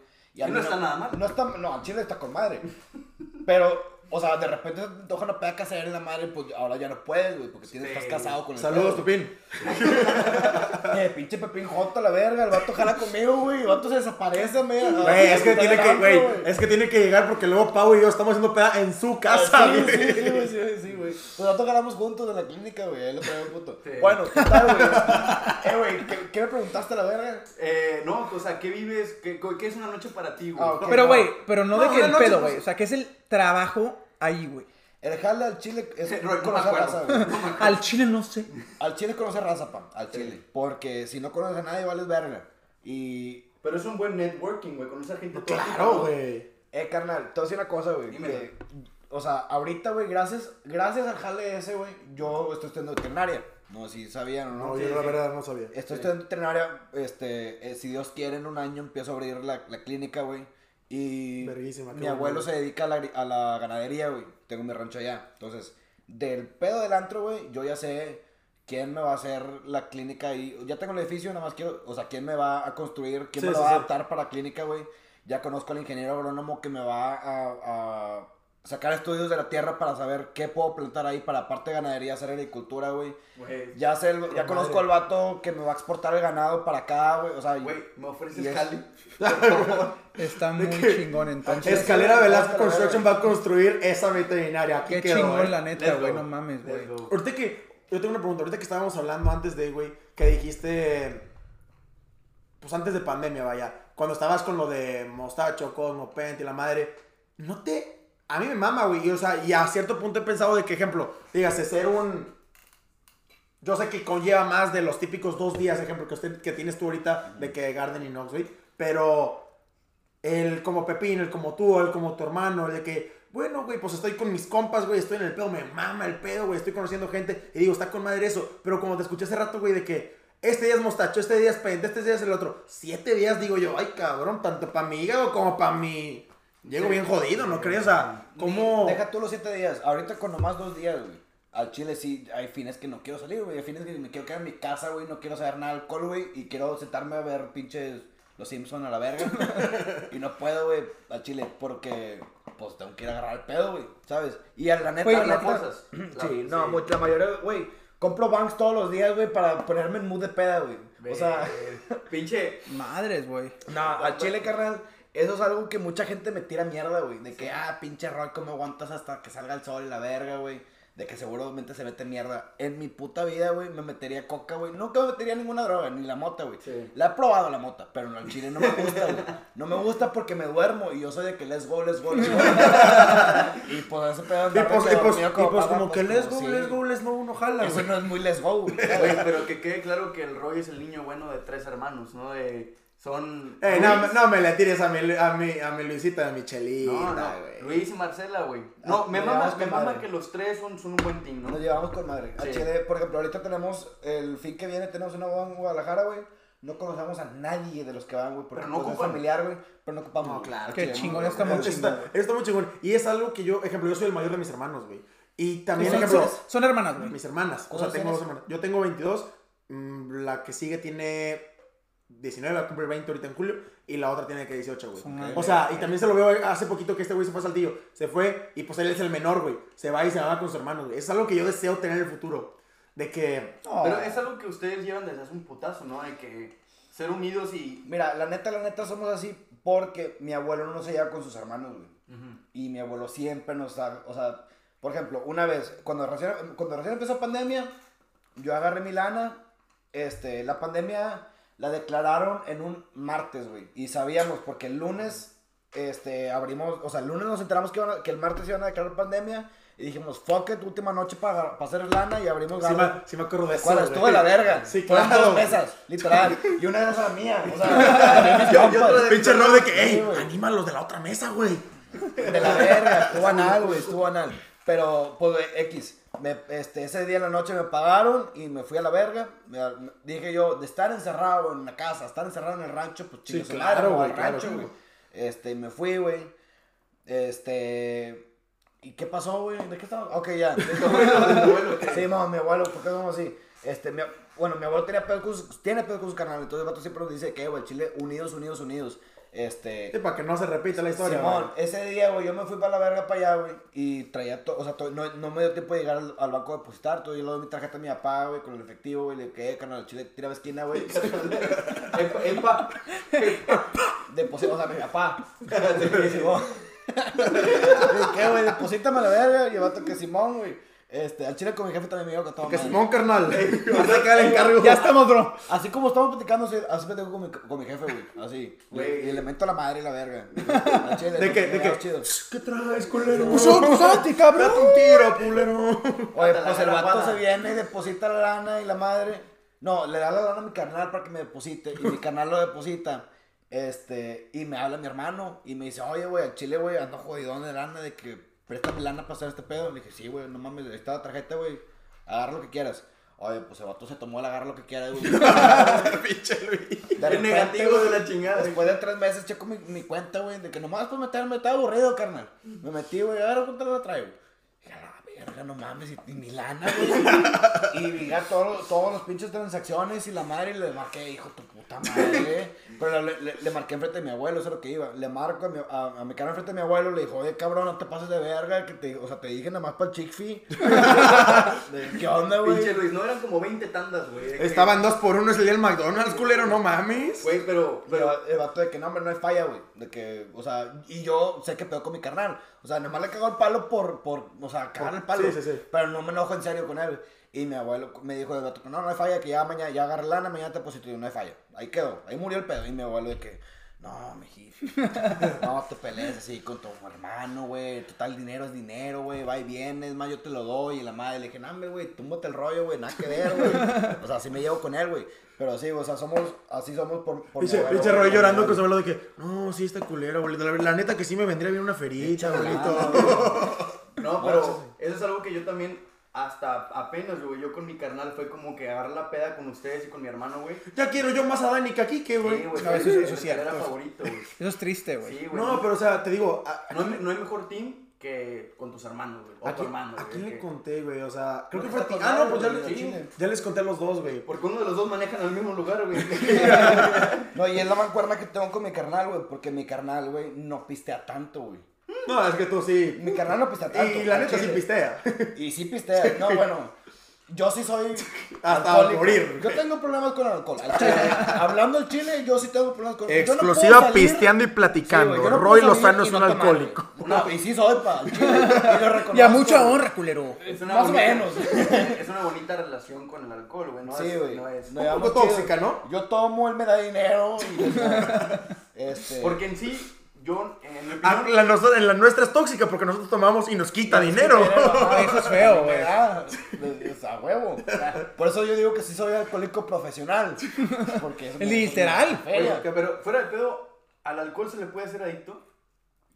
Speaker 2: Y
Speaker 3: mí
Speaker 2: no está nada mal.
Speaker 3: No está, no, al Chile está con madre. Pero, o sea, de repente se te antoja una peda casera en la madre, pues ahora ya no puedes, güey, porque tienes,
Speaker 2: Sí,
Speaker 3: estás casado con el
Speaker 1: Saludos,
Speaker 3: pedo.
Speaker 1: Tupín.
Speaker 3: Eh, pinche Pepín Jota, la verga, el vato jala conmigo, güey, el vato se desaparece, me.
Speaker 1: Güey, es que tiene que, güey,
Speaker 3: Es
Speaker 1: es que tiene que llegar porque luego Pau y yo estamos haciendo peda en su casa,
Speaker 3: Ah, sí,
Speaker 1: güey.
Speaker 3: sí, sí, güey, sí, güey, sí, güey. Pues el vato jalamos juntos en la clínica, güey, ahí lo traigo puto.
Speaker 2: Sí.
Speaker 3: Bueno, total, güey. Eh, güey, ¿qué, ¿qué me preguntaste, la verga?
Speaker 2: Eh, no, o sea, ¿qué vives? ¿Qué, qué es una noche para ti, güey?
Speaker 3: Ah, ok.
Speaker 4: Pero,
Speaker 3: no.
Speaker 4: güey, pero no,
Speaker 1: No,
Speaker 4: de que
Speaker 1: una
Speaker 4: el
Speaker 1: noche,
Speaker 4: pedo,
Speaker 1: pues-
Speaker 4: güey. O sea, que es el trabajo ahí, güey.
Speaker 3: El jale al chile es
Speaker 2: Roy, no me
Speaker 3: conocer raza,
Speaker 2: acuerdo.
Speaker 3: güey.
Speaker 2: No me acuerdo.
Speaker 4: Al chile no sé.
Speaker 3: Al chile es conocer raza, pa. Al chile. Porque si no conoces a nadie, vales verga. Y.
Speaker 2: Pero es un buen networking, güey, conocer gente todo tipo,
Speaker 1: Claro,
Speaker 2: ¿no?
Speaker 1: güey.
Speaker 3: Eh, carnal, te voy a decir una cosa, güey.
Speaker 2: Dímelo.
Speaker 3: Que, o sea, ahorita, güey, gracias, gracias al jale ese, güey, yo estoy estudiando veterinaria. No, si sabían o no.
Speaker 1: No, yo la verdad no sabía.
Speaker 3: Estoy estudiando veterinaria. Este, eh, si Dios quiere, en un año empiezo a abrir la, la clínica, güey. Y
Speaker 1: Verguísima, qué
Speaker 3: mi
Speaker 1: bueno,
Speaker 3: abuelo
Speaker 1: güey.
Speaker 3: se dedica a la, agri- a la ganadería, güey. Tengo mi rancho allá. Entonces, del pedo del antro, güey, yo ya sé quién me va a hacer la clínica y ya tengo el edificio, nada más quiero, o sea, quién me va a construir, quién
Speaker 1: Sí,
Speaker 3: me lo
Speaker 1: sí,
Speaker 3: va a
Speaker 1: sí.
Speaker 3: adaptar para la clínica, güey. Ya conozco al ingeniero agrónomo que me va a, a sacar estudios de la tierra para saber qué puedo plantar ahí para parte de ganadería, hacer agricultura, güey.
Speaker 2: Güey,
Speaker 3: Ya sé, el- ya
Speaker 1: Con
Speaker 3: conozco
Speaker 1: madre.
Speaker 3: al vato que me va a exportar el ganado para acá, güey. O sea,
Speaker 2: güey, me
Speaker 3: y
Speaker 2: ofreces
Speaker 3: es-
Speaker 2: jale.
Speaker 4: Está muy chingón, entonces.
Speaker 1: Escalera Velasco Construction va a construir esa veterinaria. Aquí
Speaker 4: Qué
Speaker 1: quedó, eh.
Speaker 4: chingón, la neta,
Speaker 2: Let's
Speaker 4: güey.
Speaker 2: go.
Speaker 4: No mames, güey.
Speaker 2: Let's go.
Speaker 1: Ahorita que. Yo tengo una pregunta. Ahorita que estábamos hablando antes de, güey, que dijiste. Pues antes de pandemia, vaya. Cuando estabas con lo de Mostacho, Cosmo, Pent y la madre. No te. A mí me mama, güey. y, o sea, y a cierto punto he pensado de que, ejemplo, dígase, ser un. Yo sé que conlleva más de los típicos dos días, ejemplo, que, usted, que tienes tú ahorita de que Garden y Knox, güey. Pero el como Pepín, el como tú, el como tu hermano, el de que, bueno, güey, pues estoy con mis compas, güey, estoy en el pedo, me mama el pedo, güey, estoy conociendo gente y digo, está con madre eso. Pero como te escuché hace rato, güey, de que este día es mostacho, este día es pente, este día es el otro, siete días digo yo, ay, cabrón, tanto para mi hígado como para mi. Llego bien jodido, ¿no crees? O sea, ¿cómo.
Speaker 3: Deja tú los siete días. Ahorita con nomás dos días, güey. Al chile sí, hay fines que no quiero salir, güey. Hay fines que me quiero quedar en mi casa, güey. No quiero saber nada de alcohol, güey. Y quiero sentarme a ver pinches Los Simpson a la verga. y no puedo, güey, al chile. Porque, pues, tengo que ir a agarrar el pedo, güey. ¿Sabes? Y a la neta,
Speaker 4: Güey,
Speaker 3: la
Speaker 4: la
Speaker 3: neta-
Speaker 2: forzas. La-
Speaker 3: Sí, no,
Speaker 2: sí.
Speaker 3: mucho- la mayoría, güey. Compro banks todos los días, güey, para ponerme en mood de peda, güey. O sea...
Speaker 2: Ver, pinche.
Speaker 4: Madres, güey.
Speaker 3: No, al chile, carnal, eso es algo que mucha gente me tira mierda, güey. De que, ah, pinche Roy, ¿cómo aguantas hasta que salga el sol y la verga, güey? De que seguramente se mete mierda. En mi puta vida, güey, me metería coca, güey. Nunca me metería ninguna droga, ni la mota, güey.
Speaker 2: Sí.
Speaker 3: La he probado la mota, pero no, al chile no me gusta, güey. No me gusta porque me duermo y yo soy de que let's go, let's go, let's go. y pues ese pedo
Speaker 1: Y
Speaker 3: andar
Speaker 1: pues, y
Speaker 3: dormido
Speaker 1: pues, y pues,
Speaker 3: papa,
Speaker 1: como que
Speaker 3: pues,
Speaker 1: les
Speaker 3: como
Speaker 1: go,
Speaker 3: sí.
Speaker 1: les go, les go, uno jala,
Speaker 3: Eso
Speaker 1: güey.
Speaker 3: no es muy let's go, güey.
Speaker 2: Güey, pero que quede claro que el Roy es el niño bueno de tres hermanos, ¿no? De, son.
Speaker 1: Eh, no,
Speaker 2: Luis-
Speaker 1: me- no me le tires a mi, Lu- a mi, a mi Luisita, a mi Chelita,
Speaker 2: No, no,
Speaker 1: güey.
Speaker 2: Luis y Marcela, güey. No,
Speaker 3: Ah,
Speaker 2: me
Speaker 3: me
Speaker 2: mama,
Speaker 3: llevas
Speaker 2: me
Speaker 3: con
Speaker 2: mama
Speaker 3: madre.
Speaker 2: que los tres son, son un buen team, ¿no?
Speaker 3: Nos llevamos con madre.
Speaker 2: Sí.
Speaker 3: Al chile, por ejemplo, ahorita tenemos el fin que viene, tenemos una boda en Guadalajara, güey. No conocemos a nadie de los que van, güey, porque
Speaker 2: Pero no
Speaker 3: pues, es
Speaker 2: ocupan.
Speaker 3: familiar, güey, pero no ocupamos.
Speaker 2: No,
Speaker 3: güey.
Speaker 2: claro.
Speaker 3: Al
Speaker 4: Qué
Speaker 3: chile,
Speaker 4: chingón
Speaker 3: no,
Speaker 4: está muy
Speaker 1: Eso
Speaker 4: chingón.
Speaker 1: está,
Speaker 4: güey.
Speaker 1: eso está muy chingón. Y es algo que yo, ejemplo, yo soy el mayor de mis hermanos, güey. Y también,
Speaker 4: Son-
Speaker 1: ejemplo,
Speaker 4: son- Son hermanas, güey.
Speaker 1: mis hermanas. O sea,
Speaker 3: ¿Cuántos
Speaker 1: tengo dos
Speaker 3: tienes?
Speaker 1: hermanas. Yo tengo 22, mm, la que sigue tiene 19, va a cumplir 20 ahorita en julio, y la otra tiene que 18, güey.
Speaker 4: Su madre.
Speaker 1: O sea, y también se lo veo hace poquito que este güey se fue a Saltillo. Se fue, y pues él es el menor, güey. Se va y se va con sus hermanos, güey. Es algo que yo deseo tener en el futuro. De que...
Speaker 2: Pero
Speaker 3: Oh.
Speaker 2: es algo que ustedes llevan desde hace un putazo, ¿no? De que ser unidos y.
Speaker 3: Mira, la neta, la neta, somos así porque mi abuelo no se lleva con sus hermanos, güey. Y mi abuelo siempre nos da, o sea, por ejemplo, una vez, cuando recién, cuando recién empezó pandemia, yo agarré mi lana, este, la pandemia la declararon en un martes, güey. Y sabíamos, porque el lunes, este, abrimos, o sea, el lunes nos enteramos que, iban a- que el martes iban a declarar pandemia. Y dijimos, fuck it, última noche para hacer lana y abrimos
Speaker 1: Sí
Speaker 3: garra.
Speaker 1: me, sí me acuerdo de
Speaker 3: ¿Te
Speaker 1: eso,
Speaker 3: acuerdas?
Speaker 1: güey.
Speaker 3: Estuvo de la verga.
Speaker 1: Sí,
Speaker 3: Fueron
Speaker 1: claro.
Speaker 3: dos mesas, literal. Y una de esas era mía. O sea, de mis compas.
Speaker 1: Pinche error de que,
Speaker 3: Sí,
Speaker 1: hey,
Speaker 3: güey.
Speaker 1: anímalos de la otra mesa, güey.
Speaker 3: De la verga, estuvo anal, güey, estuvo anal. Pero, pues, güey, X. me- este, ese día en la noche me pagaron y me fui a la verga. Me- me- dije yo, de estar encerrado en la casa, estar encerrado en el rancho, pues
Speaker 1: Sí,
Speaker 3: chicos,
Speaker 1: claro, güey,
Speaker 3: al
Speaker 1: claro,
Speaker 3: rancho,
Speaker 1: sí,
Speaker 3: güey.
Speaker 1: güey.
Speaker 3: Este, y me fui, güey. Este. ¿Y qué pasó, güey? ¿De qué estaba? Ok, ya. sí, mamá, mi abuelo, ¿por qué somos así? Este, mi, bueno, mi abuelo tenía pedo con sus- tiene pedo con su carnal, entonces el vato siempre nos dice que, güey, Chile, unidos, unidos, unidos. Este.
Speaker 1: Sí, para que no se repita la historia.
Speaker 3: Simón,
Speaker 1: güey.
Speaker 3: ese día, güey, yo me fui para la verga para allá, güey. Y traía todo, o sea, to- no, no me dio tiempo de llegar al, al banco a depositar. Todo, yo le doy mi tarjeta a mi papá, güey, con el efectivo, güey. Le dije, "Eh, carnal, chile, tira la esquina, güey.
Speaker 2: Epa, epa.
Speaker 3: Depositamos a mi papá. Simón. Le dije, ¿Qué, güey? Deposítame a la verga. Y el vato que Simón, güey. Este, al chile con mi jefe también me dijo que estaba
Speaker 1: Que
Speaker 3: mal.
Speaker 1: Simón, carnal. Hasta acá el encargo.
Speaker 4: Ya estamos, bro.
Speaker 3: Así como estamos platicando, así, así me tengo con mi, con mi jefe, güey. Así.
Speaker 2: Güey.
Speaker 3: Y le mento a la madre y la verga. Al chile,
Speaker 1: ¿De qué?
Speaker 3: me
Speaker 1: ¿De
Speaker 3: da
Speaker 1: qué?
Speaker 3: chido.
Speaker 1: ¿Qué traes, culero?
Speaker 4: Cusati, cabrón.
Speaker 1: Date un Pues tiro, culero.
Speaker 3: Oye,
Speaker 2: Hasta
Speaker 3: pues
Speaker 2: la
Speaker 3: el
Speaker 2: gran
Speaker 3: vato
Speaker 2: guada.
Speaker 3: se viene y deposita la lana y la madre. No, le da la lana a mi carnal para que me deposite. Y mi carnal lo deposita. Este, y me habla mi hermano y me dice, oye, güey, al chile, güey, ando jodidón de lana, de que préstame lana para hacer este pedo. Le dije, sí, güey, no mames, ahí está la tarjeta, güey, agarra lo que quieras. Oye, pues el vato se tomó el agarra lo que quiera, güey.
Speaker 1: Pinche Luis.
Speaker 3: De
Speaker 2: El
Speaker 3: repente,
Speaker 2: negativo
Speaker 3: güey,
Speaker 2: de la chingada.
Speaker 3: Después de tres meses checo mi, mi cuenta, güey, de que nomás por meterme, estaba aburrido, carnal. Me metí, güey, a ver cuánto la traigo. Dije, a la verga, no mames, y, y mi lana, güey. y vi ya todo- todos los pinches transacciones y la madre, y le marqué, hijo de tu puta madre, güey. Pero le, le- le marqué enfrente de mi abuelo, eso es lo que iba. Le marco a mi, a, a mi cara enfrente de mi abuelo, le dijo, oye, cabrón, no te pases de verga, que te, o sea, te dije nada más para el chick ¿Qué onda, güey?
Speaker 2: Pinche Luis, no eran como 20 tandas, güey. de que-
Speaker 1: Estaban dos por uno ese día el McDonald's, culero, no mames.
Speaker 2: Güey, pero,
Speaker 3: Pero
Speaker 2: pero,
Speaker 3: el vato de que no, hombre, no hay falla, güey. De que, o sea, y yo sé que pedo con mi carnal. O sea, nomás le cago el palo por, por o sea, cagar el palo.
Speaker 1: Sí, sí, sí.
Speaker 3: Pero no me enojo en serio con él. Y mi abuelo me dijo el vato, no, no hay falla, que ya mañana, ya agarré lana, mañana te deposito. Y yo, no hay falla. Ahí quedó, ahí murió el pedo. Y mi abuelo de que, no, mi no te pelees así con tu hermano, güey. Total, dinero es dinero, güey. Va y viene, es más, yo te lo doy. Y la madre le dije, no, hombre, güey, túmbate el rollo, güey, nada que ver, güey. O sea, así me llevo con él, güey. Pero sí, o sea, somos, así somos por, por mi
Speaker 1: Pinche,
Speaker 3: abuelo,
Speaker 1: pinche
Speaker 3: por
Speaker 1: Roy
Speaker 3: mi
Speaker 1: llorando con
Speaker 3: abuelo.
Speaker 1: su abuelo de que, no, sí, está culero, abuelito. La, la neta que sí me vendría bien una ferita, abuelito.
Speaker 2: no, pero eso es algo que yo también, hasta apenas, güey, yo con mi carnal fue como que agarrar la peda con ustedes y con mi hermano, güey.
Speaker 1: Ya quiero yo más a Dani que aquí, ¿qué, güey?
Speaker 2: Sí, güey,
Speaker 4: No,
Speaker 2: fue
Speaker 4: eso es-
Speaker 2: mi-
Speaker 4: eso
Speaker 2: mi
Speaker 4: es cierto.
Speaker 2: carnera favorito, güey.
Speaker 4: Eso es triste, güey.
Speaker 2: Sí, güey.
Speaker 1: No, pero o sea, te digo, a-
Speaker 2: No hay, no hay mejor team que con tus hermanos, güey. O
Speaker 1: ¿A
Speaker 2: tu
Speaker 1: quién,
Speaker 2: hermano,
Speaker 1: a
Speaker 2: güey,
Speaker 1: quién le
Speaker 2: que-
Speaker 1: conté, güey? O sea, creo
Speaker 3: No,
Speaker 1: que fue a ti.
Speaker 3: está
Speaker 1: Ah,
Speaker 3: con
Speaker 1: no, pues ya,
Speaker 3: madre,
Speaker 1: les-
Speaker 3: güey, la
Speaker 1: sí,
Speaker 3: chile.
Speaker 1: ya les conté a los dos, güey.
Speaker 2: Porque uno de los dos manejan al mismo lugar, güey.
Speaker 3: No, y es la mancuerna que tengo con mi carnal, güey. Porque mi carnal, güey, no pistea tanto, güey.
Speaker 1: No, es que tú sí.
Speaker 3: Mi carnal no pistea tanto.
Speaker 1: Y la
Speaker 3: al
Speaker 1: neta sí
Speaker 3: chile.
Speaker 1: pistea.
Speaker 3: Y sí pistea. No, bueno. Yo sí soy.
Speaker 1: Hasta
Speaker 3: alcohólico.
Speaker 1: morir.
Speaker 3: Yo tengo problemas con el alcohol. al chile. Hablando del chile, yo sí tengo problemas con el
Speaker 1: y platicando.
Speaker 3: No, y sí soy, pa. al chile, Y lo reconozco.
Speaker 4: Y a mucha honra, culero.
Speaker 2: Es una
Speaker 3: Más o
Speaker 2: bonita-
Speaker 3: menos.
Speaker 2: Es una bonita relación con el alcohol, güey. No
Speaker 3: Sí,
Speaker 2: es-
Speaker 3: güey.
Speaker 2: No es.
Speaker 3: Me da
Speaker 1: Un poco
Speaker 3: mucho-
Speaker 1: tóxica, ¿no?
Speaker 3: Yo tomo, él me da dinero. Y, este,
Speaker 2: Porque en sí, yo, en mi
Speaker 1: Ah,
Speaker 2: opinión,
Speaker 1: la, nos- la nuestra es tóxica porque nosotros tomamos y nos quita dinero.
Speaker 3: ajá,
Speaker 4: Eso es feo,
Speaker 3: me
Speaker 4: güey.
Speaker 3: da, de- de- Ah, A huevo. Por eso yo digo que sí soy alcohólico profesional. Porque es
Speaker 4: Literal.
Speaker 2: Oye,
Speaker 3: Feria.
Speaker 2: que- pero fuera de pedo, ¿al alcohol se le puede ser adicto?